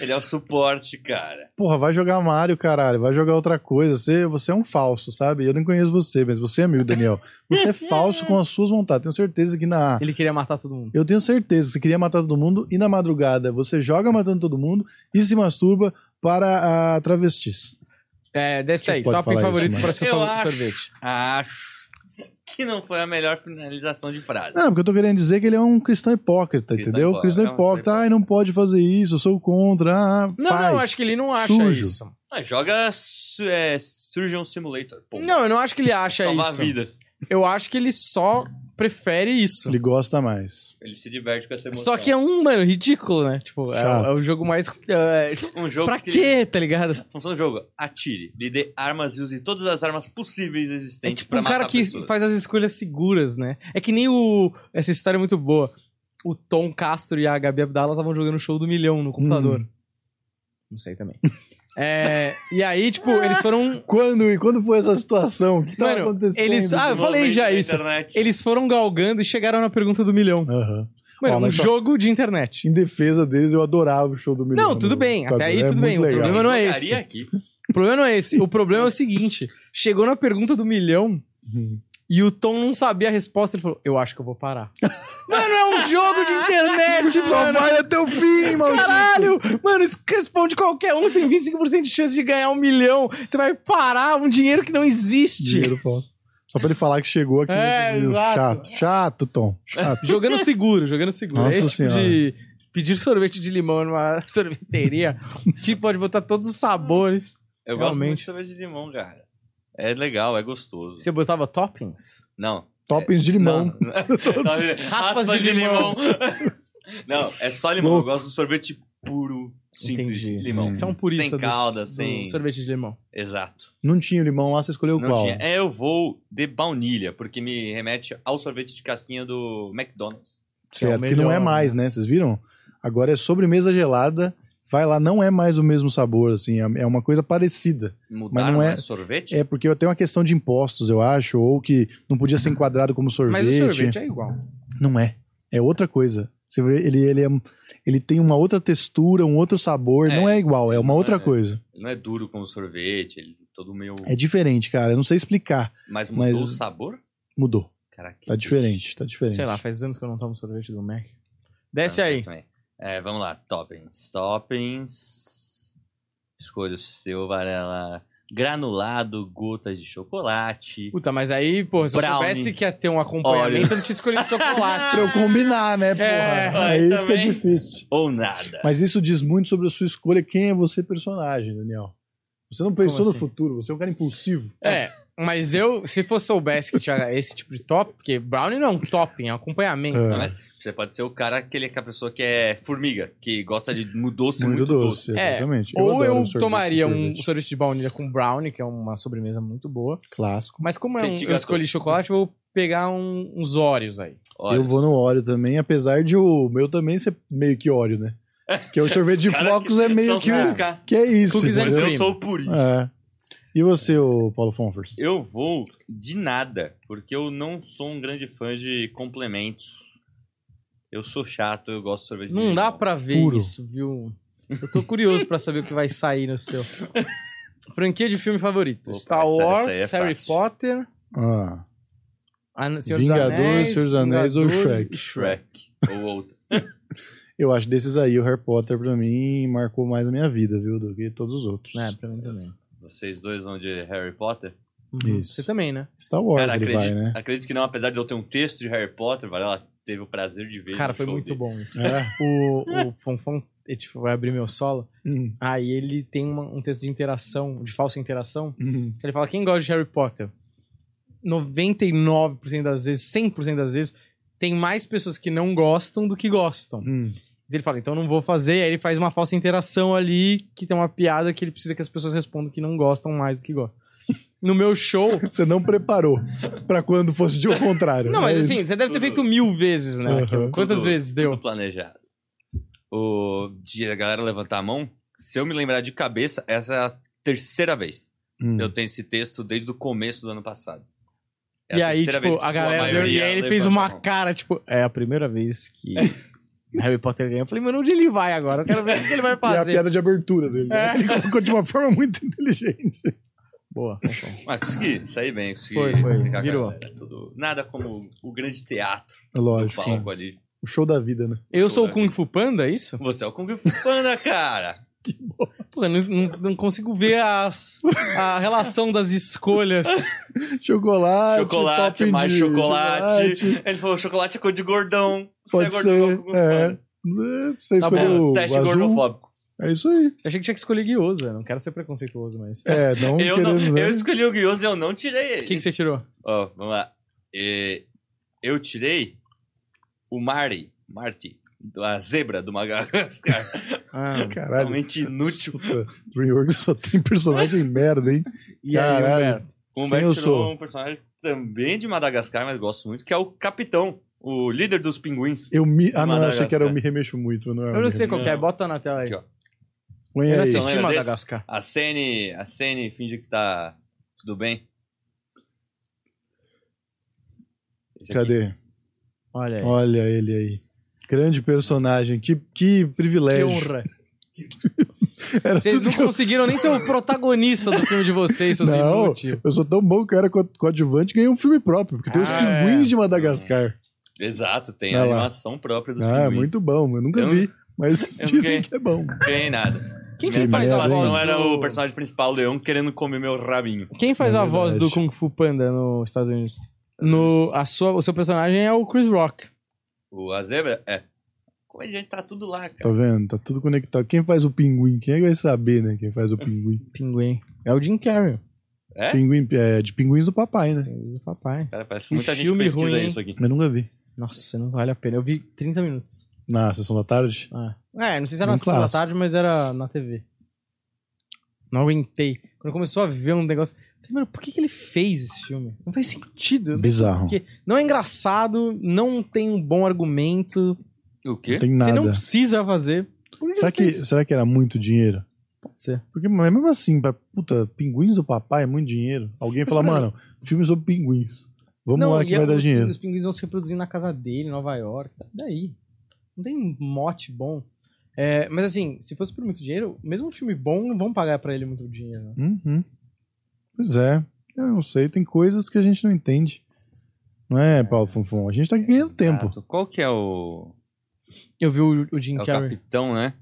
Speaker 3: Ele é o suporte, cara.
Speaker 2: Porra, vai jogar Mario, caralho. Vai jogar outra coisa. Você, você é um falso, sabe? Eu não conheço você, mas você é meu, Daniel. Você é falso com as suas vontades. Tenho certeza que na.
Speaker 1: Ele queria matar todo mundo.
Speaker 2: Eu tenho certeza. Você queria matar todo mundo e na madrugada você joga matando todo mundo e se masturba para a travestis.
Speaker 1: É, desce
Speaker 2: Vocês
Speaker 1: aí.
Speaker 2: podem
Speaker 1: Top
Speaker 2: falar
Speaker 1: favorito
Speaker 2: isso, mas-
Speaker 1: pra seu
Speaker 3: Eu
Speaker 1: favor-
Speaker 3: acho.
Speaker 1: sorvete.
Speaker 3: Acho que não foi a melhor finalização de frase.
Speaker 2: Não, porque eu tô querendo dizer que ele é um cristão hipócrita,
Speaker 3: Cristão
Speaker 2: entendeu?
Speaker 3: hipócrita.
Speaker 2: Cristão
Speaker 3: Não,
Speaker 2: hipócrita.
Speaker 3: cristão
Speaker 2: Ai, não pode fazer isso, eu sou contra. Ah,
Speaker 1: Não,
Speaker 2: faz.
Speaker 1: não, acho que ele não acha
Speaker 2: Sujo.
Speaker 1: isso.
Speaker 3: Ah, joga su- é, Surgeon Simulator. pô.
Speaker 1: Não, eu não acho que ele acha
Speaker 3: Salvar
Speaker 1: isso.
Speaker 3: vidas.
Speaker 1: Eu acho que ele só prefere isso.
Speaker 2: Ele gosta mais.
Speaker 3: Ele se diverte com essa emoção.
Speaker 1: Só que é um, mano, ridículo, né? Tipo, é,
Speaker 2: Chato.
Speaker 1: é o jogo mais. é,
Speaker 3: um jogo
Speaker 1: pra
Speaker 3: que-
Speaker 1: quê, tá ligado?
Speaker 3: Função do jogo, atire, lhe dê armas e use todas as armas possíveis
Speaker 1: É
Speaker 3: existentes
Speaker 1: tipo
Speaker 3: pra
Speaker 1: um cara
Speaker 3: matar
Speaker 1: que
Speaker 3: pessoas.
Speaker 1: faz as escolhas seguras, né? É que nem o. Essa história é muito boa. O Tom Castro e a Gabi Abdala estavam jogando o show do milhão no
Speaker 2: Hum.
Speaker 1: computador. Não sei também. É, e aí, tipo, eles foram.
Speaker 2: Quando e quando foi essa situação? O que tá
Speaker 1: Mano,
Speaker 2: acontecendo?
Speaker 1: eles- Ah, eu falei já
Speaker 3: Desenvolvimento da
Speaker 1: isso.
Speaker 3: internet.
Speaker 1: Eles foram galgando e chegaram na pergunta do milhão.
Speaker 2: Aham.
Speaker 1: Mano,
Speaker 2: Ó,
Speaker 1: um
Speaker 2: mas só-
Speaker 1: jogo de internet.
Speaker 2: Em defesa deles, eu adorava o show do Milhão.
Speaker 1: Não, tudo
Speaker 2: no
Speaker 1: bem, até
Speaker 2: computador.
Speaker 1: aí
Speaker 2: É
Speaker 1: tudo bem,
Speaker 2: muito
Speaker 1: o
Speaker 2: legal.
Speaker 1: problema não é esse.
Speaker 3: Jogaria aqui.
Speaker 1: O problema não é esse. O problema é o seguinte: chegou na pergunta do milhão
Speaker 2: Uhum.
Speaker 1: e o Tom não sabia a resposta. Ele falou: Eu acho que eu vou parar. mano, é um jogo de internet,
Speaker 2: Só
Speaker 1: é mano.
Speaker 2: vai até o fim, maldito!
Speaker 1: Caralho! Mano, isso responde qualquer um. Você tem 25% de chance de ganhar um milhão. Você vai parar um dinheiro que não existe.
Speaker 2: Dinheiro falta. Só pra ele falar que chegou aqui.
Speaker 1: É, exato.
Speaker 2: chato, chato, Tom. Chato.
Speaker 1: Jogando seguro, jogando seguro.
Speaker 2: Nossa
Speaker 1: é esse
Speaker 2: Senhora.
Speaker 1: tipo de pedir sorvete de limão numa sorveteria que pode botar todos os sabores.
Speaker 3: Eu gosto muito
Speaker 1: Realmente.
Speaker 3: de sorvete de limão, cara. É legal, é gostoso.
Speaker 1: Você botava toppings?
Speaker 3: Não.
Speaker 2: Toppings de limão.
Speaker 3: Não. é Raspas,
Speaker 1: de limão.
Speaker 3: não, é só limão. Eu gosto do sorvete puro, simples,
Speaker 1: Entendi.
Speaker 3: limão.
Speaker 1: Você é um purista
Speaker 3: Sem
Speaker 1: dos-
Speaker 3: calda,
Speaker 1: do
Speaker 3: sem...
Speaker 1: sorvete de limão.
Speaker 3: Exato.
Speaker 2: Não tinha o limão lá, você escolheu
Speaker 3: Não
Speaker 2: qual?
Speaker 3: tinha. É, eu vou de baunilha, porque me remete ao sorvete de casquinha do McDonald's.
Speaker 1: é o
Speaker 2: Certo, que
Speaker 1: melhor,
Speaker 2: não é mais, né? Vocês viram? Agora é sobremesa gelada. Vai lá, não é mais o mesmo sabor, assim. É uma coisa parecida.
Speaker 3: Mudaram
Speaker 2: não é-
Speaker 3: mais sorvete?
Speaker 2: É porque eu tenho uma questão de impostos, eu acho, ou que não podia ser enquadrado como sorvete.
Speaker 1: Mas o sorvete é igual.
Speaker 2: Não é. É outra coisa. Você vê, ele, ele, é, ele tem uma outra textura, um outro sabor.
Speaker 3: É,
Speaker 2: não é igual, é uma
Speaker 3: não
Speaker 2: outra
Speaker 3: é.
Speaker 2: coisa.
Speaker 3: Não é duro como sorvete, ele é todo meio...
Speaker 2: É diferente, cara. Eu não sei explicar.
Speaker 3: Mas mudou
Speaker 2: mas-
Speaker 3: o sabor?
Speaker 2: Mudou.
Speaker 3: Caraca. que
Speaker 2: Tá diferente, tá diferente.
Speaker 1: Sei lá, faz anos que eu não tomo sorvete do Mac.
Speaker 3: Ah,
Speaker 1: Desce aí.
Speaker 3: também. É, vamos lá. Toppings. Toppings. Escolha o seu, Varela. Granulado, gotas de chocolate.
Speaker 1: Puta, mas aí, pô, se eu
Speaker 3: Brownie.
Speaker 1: soubesse que ia ter um acompanhamento,
Speaker 3: Olhos.
Speaker 1: eu não tinha escolhido chocolate.
Speaker 2: Pra eu combinar, né, porra?
Speaker 1: É,
Speaker 2: Aí
Speaker 3: mas
Speaker 2: fica
Speaker 3: também-
Speaker 2: difícil.
Speaker 3: Ou nada.
Speaker 2: Mas isso diz muito sobre a sua escolha. Quem é você, personagem, Daniel? Você não pensou
Speaker 1: assim?
Speaker 2: no futuro, você é um cara impulsivo.
Speaker 1: É, mas eu, se fosse soubesse que tinha esse tipo de top, porque brownie não é um topping, é um acompanhamento.
Speaker 2: É.
Speaker 1: né?
Speaker 3: Mas você pode ser o cara, aquele, aquela pessoa que é formiga, que gosta de mu- doce
Speaker 2: muito,
Speaker 3: muito, doce.
Speaker 2: doce,
Speaker 1: É,
Speaker 2: exatamente.
Speaker 1: Ou
Speaker 2: adoro
Speaker 1: eu
Speaker 2: sorvete,
Speaker 1: tomaria um
Speaker 2: sorvete.
Speaker 1: sorvete de baunilha com brownie, que é uma sobremesa muito boa.
Speaker 2: Clássico.
Speaker 1: Mas como é um,
Speaker 3: Petit
Speaker 1: eu
Speaker 3: gâteau.
Speaker 1: escolhi chocolate, eu vou pegar um- uns Oreos aí.
Speaker 3: Olha,
Speaker 2: Eu vou no óleo também, apesar de o meu também ser meio que óleo, né? Porque o sorvete de
Speaker 3: Cara,
Speaker 2: flocos é meio
Speaker 3: são
Speaker 2: que.
Speaker 3: tudo
Speaker 2: o-
Speaker 3: cá.
Speaker 2: Que é isso.
Speaker 1: Cookies and
Speaker 3: Mas
Speaker 2: entendeu?
Speaker 3: eu
Speaker 1: cream.
Speaker 3: sou purista.
Speaker 2: É. E você, ô Paulo Fonfers?
Speaker 3: Eu vou de nada, porque eu não sou um grande fã de complementos. Eu sou chato, eu gosto de sorvete de
Speaker 1: Não dá
Speaker 3: limão.
Speaker 1: pra ver
Speaker 2: Puro.
Speaker 1: isso, viu? Eu tô curioso pra saber o que vai sair no seu. Franquia de filme favorito:
Speaker 3: Opa,
Speaker 1: Star
Speaker 3: essa- essa
Speaker 1: Wars,
Speaker 3: aí é
Speaker 1: Harry
Speaker 3: fácil.
Speaker 1: Potter,
Speaker 2: Ah,
Speaker 1: An- Senhor
Speaker 2: Vingadores, Senhor
Speaker 1: dos
Speaker 2: dos
Speaker 1: Anéis,
Speaker 2: Anéis ou
Speaker 1: Vingadores
Speaker 2: Shrek?
Speaker 1: e
Speaker 3: Shrek ou outro.
Speaker 2: eu acho desses aí, o Harry Potter, pra mim, marcou mais a minha vida, viu? Do que todos os outros.
Speaker 1: É, pra mim também.
Speaker 3: Vocês dois vão de Harry Potter?
Speaker 1: Uhum.
Speaker 2: Isso.
Speaker 1: Você também, né?
Speaker 2: Star Wars
Speaker 3: Cara,
Speaker 2: ele
Speaker 3: acredito,
Speaker 2: vai, né?
Speaker 3: acredito que não, apesar de eu ter um texto de Harry Potter, valeu, ela teve o prazer de ver.
Speaker 1: Cara,
Speaker 3: no
Speaker 1: foi
Speaker 3: show
Speaker 1: muito
Speaker 3: dele.
Speaker 1: bom isso.
Speaker 2: É.
Speaker 1: O, o Fonfon ele, tipo, vai abrir meu solo.
Speaker 2: Hum,
Speaker 1: Aí ele tem uma- um texto de interação, de falsa interação.
Speaker 2: hum.
Speaker 1: que Ele fala: quem gosta de Harry Potter? 99% das vezes, 100% das vezes, tem mais pessoas que não gostam do que gostam.
Speaker 2: Hum.
Speaker 1: Ele fala, então não vou fazer. Aí ele faz uma falsa interação ali, que tem uma piada que ele precisa que as pessoas respondam que não gostam mais do que gostam. No meu show.
Speaker 2: Você não preparou pra quando fosse de o contrário.
Speaker 1: Não, mas
Speaker 2: É
Speaker 1: assim, você deve ter
Speaker 3: Tudo.
Speaker 1: feito mil vezes, né?
Speaker 2: Aham.
Speaker 1: aquilo. Quantas
Speaker 3: Tudo-
Speaker 1: vezes
Speaker 3: Tudo
Speaker 1: deu?
Speaker 3: planejado. O de a galera levantar a mão, se eu me lembrar de cabeça, essa é a terceira vez.
Speaker 2: isso. Hum.
Speaker 3: Eu tenho esse texto desde o começo do ano passado. É
Speaker 1: e aí,
Speaker 3: terceira
Speaker 1: tipo,
Speaker 3: vez que,
Speaker 1: a galera deu. E
Speaker 3: maioria
Speaker 1: aí ele fez
Speaker 3: levanta a
Speaker 1: uma
Speaker 3: mão.
Speaker 1: cara, tipo, é a primeira vez que Harry Potter ganha. Eu falei, mano, onde ele vai agora? Eu quero ver o que ele vai
Speaker 2: E a
Speaker 1: fazer. É.
Speaker 2: piada de abertura dele. né? Ele colocou de uma forma muito inteligente.
Speaker 1: Boa.
Speaker 3: Mas Ah, consegui, saí bem, consegui.
Speaker 1: Foi, foi,
Speaker 3: brincar com a
Speaker 1: virou.
Speaker 3: galera, tudo. Nada como o grande teatro do
Speaker 2: Lógico.
Speaker 3: palco ali.
Speaker 2: O show da vida, né?
Speaker 1: Eu sou o Kung Fu Panda, é isso?
Speaker 3: Você é o Kung Fu Panda, cara!
Speaker 1: Pô, eu não, não- não consigo ver as, a relação das escolhas.
Speaker 2: Chocolate,
Speaker 3: Chocolate,
Speaker 2: topping
Speaker 3: mais
Speaker 2: de
Speaker 3: chocolate.
Speaker 2: chocolate.
Speaker 3: Ele falou, chocolate é cor de gordão.
Speaker 2: Pode
Speaker 3: Você é gordão,
Speaker 2: ser,
Speaker 3: Kung Fu
Speaker 2: é.
Speaker 3: Panda.
Speaker 2: Você
Speaker 3: Tá
Speaker 2: escolheu
Speaker 3: bom,
Speaker 2: o
Speaker 3: teste
Speaker 2: azul.
Speaker 3: gordofóbico.
Speaker 2: É isso aí.
Speaker 1: Eu achei que tinha que escolher guioso. eu Não quero ser preconceituoso, mas. O
Speaker 2: É, não
Speaker 3: Eu,
Speaker 2: querendo.
Speaker 3: não,
Speaker 2: né?
Speaker 3: eu escolhi o Guioso e eu não tirei ele.
Speaker 1: que, que você tirou?
Speaker 3: Ó, vamos lá. É, eu tirei o Marty, Marty, a zebra do Madagascar.
Speaker 1: Ah,
Speaker 2: Caralho.
Speaker 3: Realmente inútil.
Speaker 2: Puta, DreamWorks só tem personagem merda, hein?
Speaker 1: e aí,
Speaker 2: Caralho.
Speaker 1: Humberto?
Speaker 3: O
Speaker 2: eu
Speaker 3: Humberto
Speaker 2: sou?
Speaker 3: tirou um personagem também de Madagascar, mas gosto muito, que é o Capitão, o líder dos pinguins.
Speaker 2: Eu me. Ah, não, eu achei
Speaker 3: Madagascar.
Speaker 2: que era eu me remexo muito. Não é
Speaker 1: Eu não sei
Speaker 2: como.
Speaker 1: qual que é, bota na tela aí.
Speaker 3: Aqui, ó.
Speaker 2: Põe
Speaker 1: Eu não
Speaker 2: aí.
Speaker 3: sei.
Speaker 1: assisti
Speaker 3: Não era desse?
Speaker 1: Madagascar.
Speaker 3: A Sene, a Sene finge que tá tudo bem. Esse aqui.
Speaker 2: Cadê?
Speaker 1: Olha
Speaker 3: É.
Speaker 1: aí.
Speaker 2: Olha ele aí. Grande personagem. Que, que
Speaker 1: Que
Speaker 2: privilégio.
Speaker 1: honra.
Speaker 2: Era
Speaker 1: Vocês
Speaker 2: tudo
Speaker 1: não
Speaker 2: que eu-
Speaker 1: conseguiram nem ser o protagonista do filme de vocês, seus
Speaker 2: Não.
Speaker 1: inúteis.
Speaker 2: Eu sou tão bom que eu era co- coadjuvante e ganhei um filme próprio, porque tem os
Speaker 1: Ah,
Speaker 2: pinguins
Speaker 1: é.
Speaker 2: de Madagascar.
Speaker 3: Exato, tem
Speaker 2: Vai
Speaker 3: a
Speaker 2: lá.
Speaker 3: animação própria dos
Speaker 2: ah,
Speaker 3: pinguins.
Speaker 2: muito bom. Eu nunca
Speaker 3: Eu-
Speaker 2: vi, mas
Speaker 3: eu
Speaker 2: dizem
Speaker 3: ganhei.
Speaker 2: que é bom.
Speaker 3: Ganhei nada.
Speaker 1: Quem
Speaker 2: Que
Speaker 1: que faz a
Speaker 2: merda, hein?
Speaker 1: voz
Speaker 3: Não
Speaker 1: do...
Speaker 3: era o personagem principal, o Leão, querendo comer meu rabinho.
Speaker 1: Quem faz
Speaker 2: É
Speaker 1: a voz do
Speaker 2: verdade.
Speaker 1: Kung Fu Panda nos Estados Unidos? No, a sua, o seu personagem é o Chris Rock.
Speaker 3: O, a zebra? É. Como a gente tá tudo lá, cara.
Speaker 2: Tá vendo? Tá tudo conectado. Quem faz o pinguim? Quem é que vai saber, né? Quem faz o pinguim?
Speaker 1: Pinguim. É o Jim Carrey.
Speaker 3: É?
Speaker 2: Pinguim é de pinguins do papai, né?
Speaker 1: Pinguim do papai.
Speaker 3: Cara, parece
Speaker 1: Que
Speaker 3: que muita gente
Speaker 1: filme
Speaker 3: pesquisa
Speaker 1: ruim, hein?
Speaker 3: isso aqui.
Speaker 2: Eu nunca vi.
Speaker 1: Nossa, não vale a pena. Eu vi 30 minutos.
Speaker 2: Na sessão da tarde?
Speaker 1: Ah. É, não sei se era
Speaker 2: Um
Speaker 1: na sessão da
Speaker 2: clássico.
Speaker 1: tarde, mas era na TV. Não aguentei. Quando começou a ver um negócio. Eu falei, mano, por que, que ele fez esse filme? Não faz sentido. Não tem-
Speaker 2: Bizarro.
Speaker 1: Que- Não é engraçado, não tem um bom argumento.
Speaker 3: O quê?
Speaker 2: Não tem
Speaker 1: Você não
Speaker 2: nada.
Speaker 1: precisa fazer. Por que
Speaker 2: Será
Speaker 1: ele
Speaker 2: que,
Speaker 1: fez?
Speaker 2: será que era muito dinheiro?
Speaker 1: Pode ser.
Speaker 2: Porque, mas mesmo assim, pra, puta, pinguins do papai é muito dinheiro. Alguém
Speaker 1: Mas
Speaker 2: fala,
Speaker 1: pra-
Speaker 2: mano, filme sobre pinguins. Vamos lá que
Speaker 1: e é um
Speaker 2: vai dar
Speaker 1: os-
Speaker 2: dinheiro.
Speaker 1: Os pinguins vão se reproduzir na casa dele, em Nova York. Tá? Daí. Não tem mote bom. É, mas assim, se fosse por muito dinheiro, mesmo um filme bom, não vão pagar pra ele muito dinheiro. né?
Speaker 2: Uhum. Pois é. Eu não sei, tem coisas que a gente não entende. Não é, Paulo Fonfon? A gente tá ganhando tempo.
Speaker 3: Exato. Qual que é o.
Speaker 1: Eu vi o, o Jim
Speaker 3: É o
Speaker 1: Carrey.
Speaker 3: capitão, né?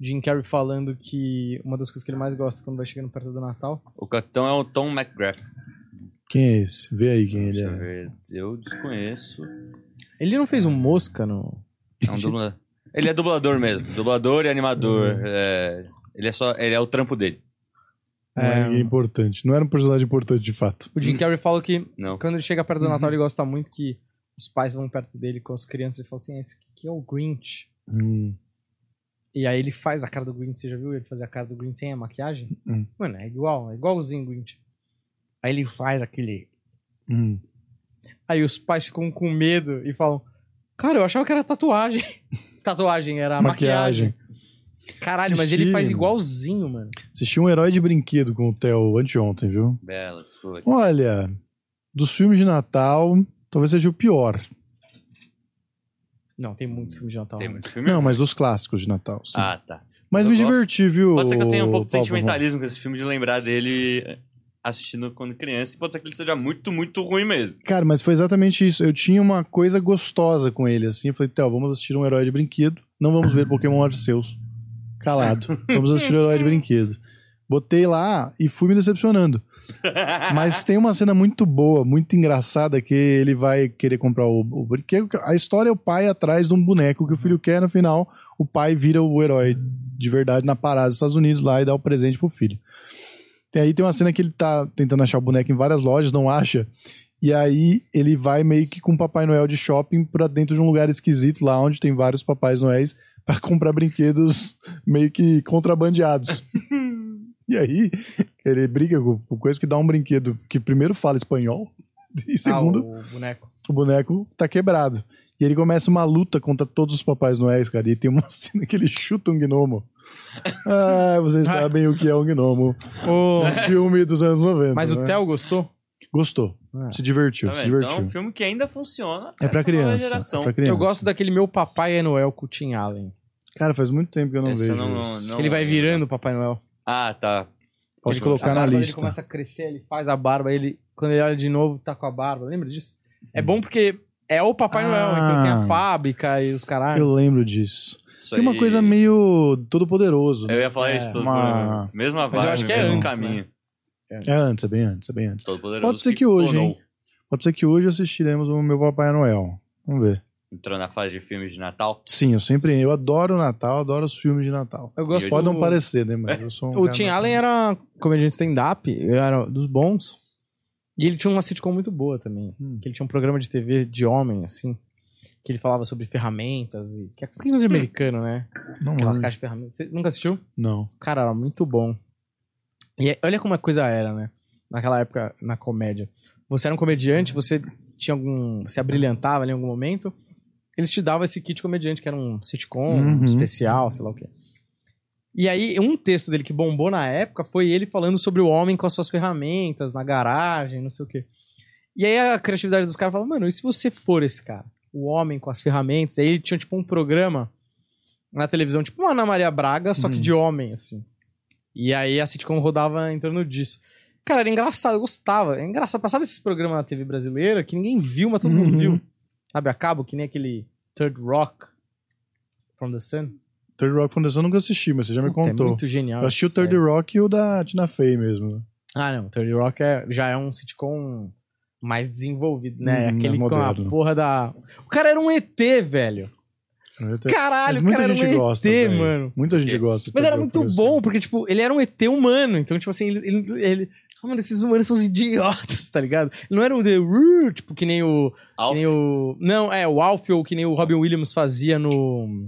Speaker 1: o Jim Carrey falando que uma das coisas que ele mais gosta quando vai chegando perto do Natal.
Speaker 3: O capitão é o Tom McGrath.
Speaker 2: Quem é esse? Vê aí quem ele
Speaker 3: Deixa eu
Speaker 2: é.
Speaker 3: ver. Eu desconheço.
Speaker 1: Ele não fez um mosca no.
Speaker 3: É um dublador. Ele é dublador mesmo. Dublador e animador. É, Ele é só. Ele é o trampo dele.
Speaker 2: Não é
Speaker 1: É.
Speaker 2: ninguém importante. Não era um personagem importante, de fato.
Speaker 1: O Jim Carrey fala que
Speaker 3: Não.
Speaker 1: quando ele chega perto do Natal, ele gosta muito que os pais vão perto dele com as crianças e falam assim: "Ah, esse aqui é o Grinch.
Speaker 2: Hum.
Speaker 1: E aí ele faz a cara do Grinch, você já viu ele fazer a cara do Grinch sem a maquiagem?
Speaker 2: Hum.
Speaker 1: Mano, é igual, é igualzinho o Grinch. Aí ele faz aquele.
Speaker 2: Hum.
Speaker 1: Aí os pais ficam com medo e falam: Cara, eu achava que era tatuagem. tatuagem era a maquiagem.
Speaker 2: Maquiagem.
Speaker 1: Caralho, mas ele faz
Speaker 2: Assisti.
Speaker 1: igualzinho, mano.
Speaker 2: Assisti um herói de brinquedo com o Theo anteontem, viu?
Speaker 3: Bela escolha.
Speaker 2: Olha, dos filmes de Natal, talvez seja o pior.
Speaker 1: Não, tem muito filme de Natal.
Speaker 3: Tem
Speaker 1: né?
Speaker 3: muito filme.
Speaker 2: Não, mas os clássicos de Natal. sim.
Speaker 3: Ah, tá.
Speaker 2: mas
Speaker 3: eu
Speaker 2: me
Speaker 3: gosto.
Speaker 2: diverti, viu?
Speaker 3: Pode ser que eu tenha um pouco de
Speaker 2: Paulo
Speaker 3: sentimentalismo com esse filme, de lembrar dele assistindo quando criança. E pode ser que ele seja muito, muito ruim mesmo.
Speaker 2: Cara, mas foi exatamente isso. Eu tinha uma coisa gostosa com ele, assim. Eu falei, Theo, vamos assistir um herói de brinquedo. Não vamos ver Pokémon Arceus. Calado. Vamos assistir o herói de brinquedo. Botei lá e fui me decepcionando. Mas tem uma cena muito boa, muito engraçada, que ele vai querer comprar o, o brinquedo. A história é o pai atrás de um boneco que o filho quer. No final, o pai vira o herói de verdade na parada dos Estados Unidos lá e dá o presente pro filho. E aí tem uma cena que ele tá tentando achar o boneco em várias lojas, não acha. E aí ele vai meio que com o Papai Noel de shopping pra dentro de um lugar esquisito lá onde tem vários Papais Noéis pra comprar brinquedos meio que contrabandeados. e aí ele briga com com coisa que dá um brinquedo que primeiro fala espanhol e segundo
Speaker 1: Ah, o boneco.
Speaker 2: o boneco tá quebrado. E ele começa uma luta contra todos os Papais Noéis, cara. E tem uma cena que ele chuta um gnomo. Ah, vocês sabem o que é um gnomo. Um filme dos anos 90.
Speaker 1: Mas o
Speaker 2: né?
Speaker 1: Theo gostou?
Speaker 2: Gostou.
Speaker 1: Ah.
Speaker 2: Se divertiu,
Speaker 3: Tá
Speaker 2: se
Speaker 3: vendo?
Speaker 2: divertiu.
Speaker 3: Então é um filme que ainda funciona.
Speaker 2: É pra
Speaker 3: essa nova
Speaker 2: criança.
Speaker 3: Geração.
Speaker 2: É pra criança.
Speaker 1: Eu gosto daquele meu Papai é Noel com o Tim Allen.
Speaker 2: Cara, faz muito tempo que eu não
Speaker 3: Essa
Speaker 2: vejo.
Speaker 3: eu não-
Speaker 2: isso.
Speaker 3: não-
Speaker 1: Que ele vai virando o Papai Noel.
Speaker 3: Ah, tá.
Speaker 2: Posso
Speaker 3: Ele-
Speaker 2: colocar
Speaker 1: a
Speaker 2: na
Speaker 1: barba dele
Speaker 2: lista.
Speaker 1: começa a crescer, ele faz a barba, ele quando ele olha de novo, tá com a barba. Lembra disso? É bom porque é o Papai
Speaker 2: Ah.
Speaker 1: Noel, então tem a fábrica e os caralho.
Speaker 2: Eu lembro disso.
Speaker 3: Isso
Speaker 2: Tem é uma
Speaker 3: aí-
Speaker 2: coisa meio né? todo poderoso.
Speaker 3: Eu ia falar
Speaker 1: É,
Speaker 3: isso tudo.
Speaker 2: uma-
Speaker 3: né? Mesma
Speaker 1: Mas eu
Speaker 3: vibe,
Speaker 1: acho que é
Speaker 3: mesmo
Speaker 1: antes,
Speaker 3: caminho.
Speaker 2: É antes, é bem antes, é bem antes.
Speaker 3: Todo poderoso
Speaker 2: Pode ser né? que hoje,
Speaker 3: clonou.
Speaker 2: hein? Pode ser que hoje assistiremos o meu Papai Noel. Vamos ver.
Speaker 3: Entrou na fase de filmes de Natal.
Speaker 2: Sim, eu sempre. Eu adoro o Natal, adoro os filmes de Natal.
Speaker 1: Eu gosto
Speaker 2: Pode
Speaker 1: do...
Speaker 2: não parecer, né? Mas eu sou um
Speaker 1: O
Speaker 2: cara
Speaker 1: Tim
Speaker 2: natal-
Speaker 1: Allen é era comediante stand-up, era dos bons. E ele tinha uma sitcom muito boa também.
Speaker 2: Hum.
Speaker 1: Que ele tinha um programa de TV de homem, assim. Que ele falava sobre ferramentas e. Que é coisa de americano, né?
Speaker 2: Não,
Speaker 1: Aquelas
Speaker 2: lembro.
Speaker 1: caixas de ferramentas. Você nunca assistiu?
Speaker 2: não.
Speaker 1: Cara, era muito bom. E é- olha como a coisa era, né? Naquela época, na comédia. Você era um comediante, você tinha algum. se abrilhantava ali em algum momento. Eles te davam esse kit comediante, que era um sitcom, um
Speaker 2: Uhum.
Speaker 1: especial, sei lá o quê. E aí, um texto dele que bombou na época foi ele falando sobre o homem com as suas ferramentas, na garagem, não sei o quê. E aí a criatividade dos caras falou, mano, e se você for esse cara? O homem com as ferramentas. E aí tinha, tipo, um programa na televisão, tipo uma Ana Maria Braga, só que
Speaker 2: Hum.
Speaker 1: de homem, assim. E aí a sitcom rodava em torno disso. Cara, era engraçado, eu gostava. É engraçado, passava esses programas na TV brasileira que ninguém viu, mas todo mundo
Speaker 2: Uhum.
Speaker 1: viu. Sabe, a cabo, que nem aquele Third Rock from the Sun.
Speaker 2: Third Rock Foundation eu nunca assisti, mas você já me
Speaker 1: Puta, É
Speaker 2: contou.
Speaker 1: muito genial.
Speaker 2: eu assisti o
Speaker 1: essa série.
Speaker 2: Third Rock e o da Tina Fey mesmo.
Speaker 1: Ah, não. 30 Rock é- já é um sitcom mais desenvolvido, né?
Speaker 2: Hum,
Speaker 1: Aquele
Speaker 2: é
Speaker 1: com a
Speaker 2: moderno.
Speaker 1: porra da. O cara era um ET, velho.
Speaker 2: Eu até- Mas
Speaker 1: Caralho, o
Speaker 2: muita
Speaker 1: cara
Speaker 2: gente
Speaker 1: era um
Speaker 2: gosta.
Speaker 1: ET,
Speaker 2: velho.
Speaker 1: mano.
Speaker 2: Muita gente
Speaker 3: Porque-
Speaker 2: gosta. do
Speaker 1: Mas era
Speaker 2: Third Rock
Speaker 1: muito
Speaker 2: Foundation.
Speaker 1: bom, porque, tipo, ele era um ET humano. Então, tipo assim, ele. ele, ele- Ah, Mano, esses humanos são uns idiotas, tá ligado? Ele Não era um The Root, tipo, que nem o. Que
Speaker 3: Alf,
Speaker 1: nem o. Não, é, o Alf ou que nem o Robin Williams fazia no.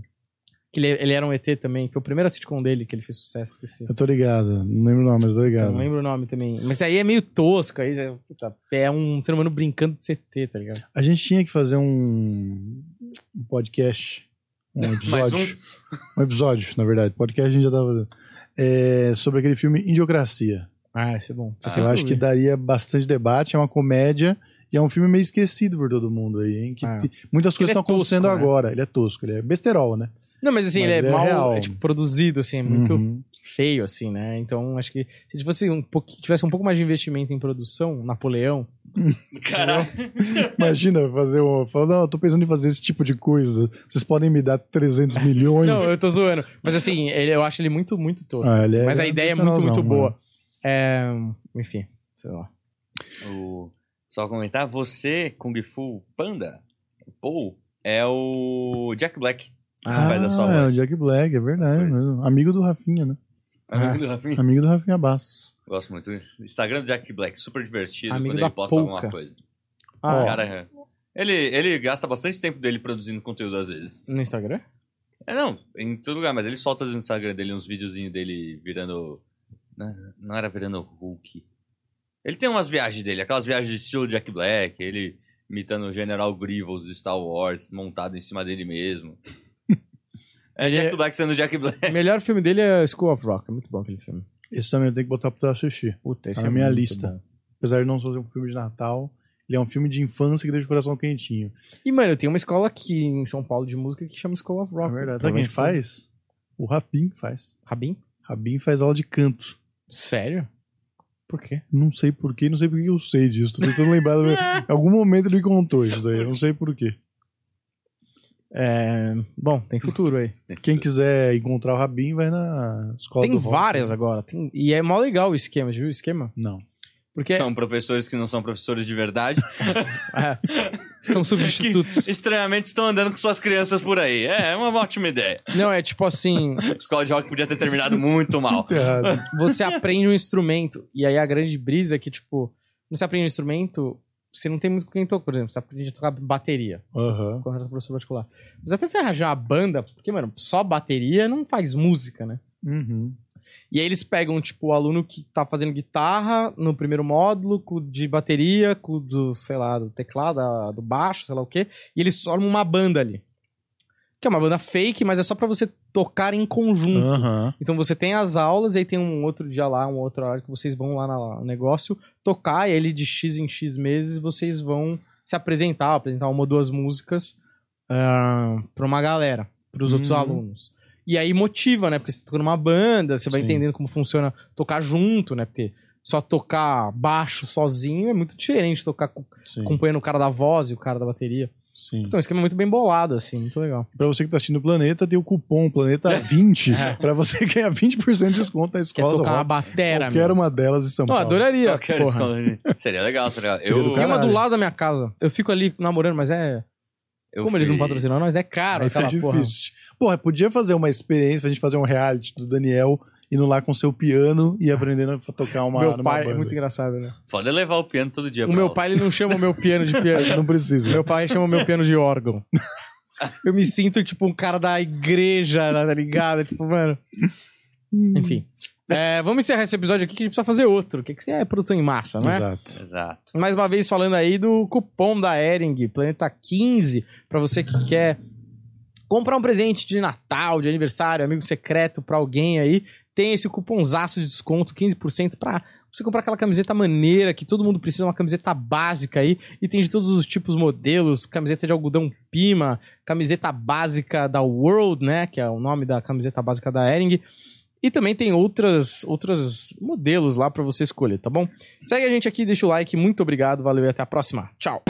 Speaker 1: Que ele, ele era um ET também. Foi o primeiro sitcom dele que ele fez sucesso, esqueci.
Speaker 2: Eu tô ligado. Não lembro o nome, mas tô
Speaker 1: Puta,
Speaker 2: Tá ligado.
Speaker 1: não lembro o nome também. Mas aí é meio tosco. Aí é, puta, é um ser humano brincando de CT, tá ligado?
Speaker 2: A gente tinha que fazer um, um podcast. Um episódio. um... episódio, na verdade. Podcast a gente já tava. É, sobre aquele filme Indiocracia.
Speaker 1: Ah, isso é bom. Faz
Speaker 3: Ah,
Speaker 1: tempo
Speaker 2: eu
Speaker 1: não
Speaker 2: acho
Speaker 1: vi.
Speaker 2: que daria bastante debate. É uma comédia e é um filme meio esquecido por todo mundo aí, hein? Que
Speaker 1: Ah.
Speaker 2: te- muitas
Speaker 1: Porque
Speaker 2: coisas
Speaker 1: ele é
Speaker 2: estão acontecendo
Speaker 1: tosco, né?
Speaker 2: agora. Ele é tosco, ele é besterol, né?
Speaker 1: Não, mas assim,
Speaker 2: Mas
Speaker 1: ele é,
Speaker 2: é
Speaker 1: mal
Speaker 2: real.
Speaker 1: é, tipo, produzido, assim, é muito
Speaker 2: Uhum.
Speaker 1: feio, assim, né? Então, acho que se fosse um pouqui- tivesse um pouco mais de investimento em produção, Napoleão.
Speaker 3: Caralho.
Speaker 2: Imagina fazer um. Falar, não, eu tô pensando em fazer esse tipo de coisa. Vocês podem me dar 300 milhões.
Speaker 1: Não, eu tô zoando. Mas assim, ele- eu acho ele muito, muito tosco.
Speaker 2: Ah,
Speaker 1: assim.
Speaker 2: ele é né?
Speaker 1: mas a ideia é muito, muito
Speaker 2: sensacionalzão,
Speaker 1: boa. É, enfim, sei lá.
Speaker 3: O- Só comentar, você, Kung Fu Panda, o Paul, é o Jack Black.
Speaker 2: Ah,
Speaker 3: Faz a sua
Speaker 2: é o
Speaker 3: voz.
Speaker 2: Jack Black, é verdade.
Speaker 3: Pois.
Speaker 2: mesmo. Amigo do Rafinha, né?
Speaker 3: Amigo do Rafinha.
Speaker 2: Amigo do Rafinha Bastos.
Speaker 3: Gosto muito. Instagram do Jack Black, super divertido
Speaker 1: Amigo
Speaker 3: quando
Speaker 1: da
Speaker 3: ele posta alguma
Speaker 1: Pouca.
Speaker 3: coisa.
Speaker 2: é.
Speaker 1: Ah,
Speaker 3: Cara, ele, ele gasta bastante tempo dele produzindo conteúdo às vezes.
Speaker 1: no Instagram?
Speaker 3: É, não, em todo lugar, mas ele solta no Instagram dele uns videozinhos dele virando. né, Não era virando Hulk. Ele tem umas viagens dele, aquelas viagens de estilo Jack Black, ele imitando o General Grievous do Star Wars, montado em cima dele mesmo. É
Speaker 1: Ele-
Speaker 3: Jack Black sendo Jack Black.
Speaker 1: O melhor filme dele é School of Rock. É muito bom aquele filme.
Speaker 2: Esse também eu tenho que botar pra assistir.
Speaker 1: Puta, esse
Speaker 2: Tá
Speaker 1: é
Speaker 2: na minha
Speaker 1: muito
Speaker 2: lista.
Speaker 1: bom.
Speaker 2: Apesar de não ser um filme de Natal, ele é um filme de infância que deixa o coração quentinho.
Speaker 1: E, mano, tem uma escola aqui em São Paulo de música que chama School of
Speaker 2: É
Speaker 1: Rock.
Speaker 2: verdade. Sabe quem
Speaker 1: Provavelmente
Speaker 2: faz? O Rabin faz.
Speaker 1: foi- Rabin?
Speaker 2: Rabin faz aula de canto.
Speaker 1: Sério? Por quê?
Speaker 2: Não sei porquê, não sei por que eu sei disso. Tô tentando lembrar. Em algum momento ele me contou isso daí, eu não sei porquê.
Speaker 1: É... Bom, tem futuro aí.
Speaker 2: Quem quiser encontrar o Rabin, vai na escola
Speaker 1: tem
Speaker 2: do rock. né?
Speaker 1: várias agora. tem- E é mó legal o esquema, viu? O esquema.
Speaker 2: Não.
Speaker 1: Porque são,
Speaker 3: São professores que não são professores de verdade.
Speaker 1: é, são substitutos.
Speaker 3: Estranhamente estão andando com suas crianças por aí. É, é uma ótima ideia.
Speaker 1: Não, é tipo assim:
Speaker 3: Escola de rock podia ter terminado muito mal.
Speaker 1: Então,
Speaker 2: Tá errado.
Speaker 1: você aprende um instrumento. E aí a grande brisa é que, tipo, quando você aprende um instrumento, você não tem muito com quem toca. Por exemplo, você aprende a tocar bateria.
Speaker 2: Aham.
Speaker 1: Contrata um professor particular. Mas até você arranjar uma banda, porque, mano, só bateria não faz música, né?
Speaker 2: Uhum.
Speaker 1: E aí eles pegam, tipo, o aluno que tá fazendo guitarra no primeiro módulo, com o de bateria, com o do, sei lá, do teclado, da- do baixo, sei lá o quê, e eles formam uma banda ali. Que é uma banda fake, mas é só pra você tocar em conjunto.
Speaker 2: Aham.
Speaker 1: Então você tem as aulas, e aí tem um outro dia lá, um outro horário que vocês vão lá na- no negócio tocar, e aí ele de X em X meses vocês vão se apresentar, apresentar uma ou duas músicas ah, pra uma galera, pros outros
Speaker 2: Uhum.
Speaker 1: alunos. E aí motiva, né? Porque você toca numa banda, você vai
Speaker 2: Sim.
Speaker 1: entendendo como funciona tocar junto, né? Porque só tocar baixo sozinho é muito diferente de tocar co-
Speaker 2: Sim.
Speaker 1: acompanhando o cara da voz e o cara da bateria.
Speaker 2: Sim.
Speaker 1: Então, o esquema é muito bem bolado, assim, muito legal.
Speaker 2: Pra você que tá assistindo o Planeta, tem o cupom Planeta20 pra você ganhar 20% de desconto na
Speaker 1: É. Quer
Speaker 2: escola do
Speaker 1: tocar uma
Speaker 2: rock.
Speaker 1: batera,
Speaker 2: Qualquer uma delas em São
Speaker 1: Não,
Speaker 2: Paulo.
Speaker 1: adoraria.
Speaker 3: Eu quero
Speaker 1: porra.
Speaker 3: escola de- Seria legal, seria legal.
Speaker 2: Seria do
Speaker 1: Tem
Speaker 3: Eu,
Speaker 2: caralho.
Speaker 1: uma do lado da minha casa. Eu fico ali namorando, mas é
Speaker 3: Eu
Speaker 1: Como eles não
Speaker 3: fiz-
Speaker 1: patrocinam nós, é caro
Speaker 2: Aí
Speaker 1: aquela
Speaker 2: fica
Speaker 1: porra.
Speaker 2: difícil. Porra, podia fazer uma experiência, a gente fazer um reality do Daniel indo lá com seu piano e aprendendo a tocar uma
Speaker 1: Ah. Meu
Speaker 2: numa
Speaker 1: pai, é
Speaker 2: banda.
Speaker 1: muito engraçado, né?
Speaker 3: Foda é levar o piano todo dia.
Speaker 1: O
Speaker 3: pra
Speaker 1: meu
Speaker 3: aula.
Speaker 1: pai, ele não chama o meu piano de piano.
Speaker 2: Não precisa.
Speaker 1: Meu pai chama meu piano de órgão. Eu me sinto tipo um cara da igreja, tá ligado? Tipo, mano. Enfim. É, vamos encerrar esse episódio aqui que a gente precisa fazer outro. O que, que é produção em massa, não é?
Speaker 2: Exato.
Speaker 3: Exato.
Speaker 1: Mais uma vez falando aí do cupom da Ering, Planeta 15, pra você que quer comprar um presente de Natal, de aniversário, amigo secreto pra alguém aí, tem esse cupomzaço de desconto, 15% pra você comprar aquela camiseta maneira que todo mundo precisa, uma camiseta básica aí, e tem de todos os tipos, modelos, camiseta de algodão pima, camiseta básica da World, né, que é o nome da camiseta básica da Ering. E também tem outras outras modelos lá pra você escolher, tá bom? Segue a gente aqui, deixa o like. Muito obrigado, valeu e até a próxima. Tchau.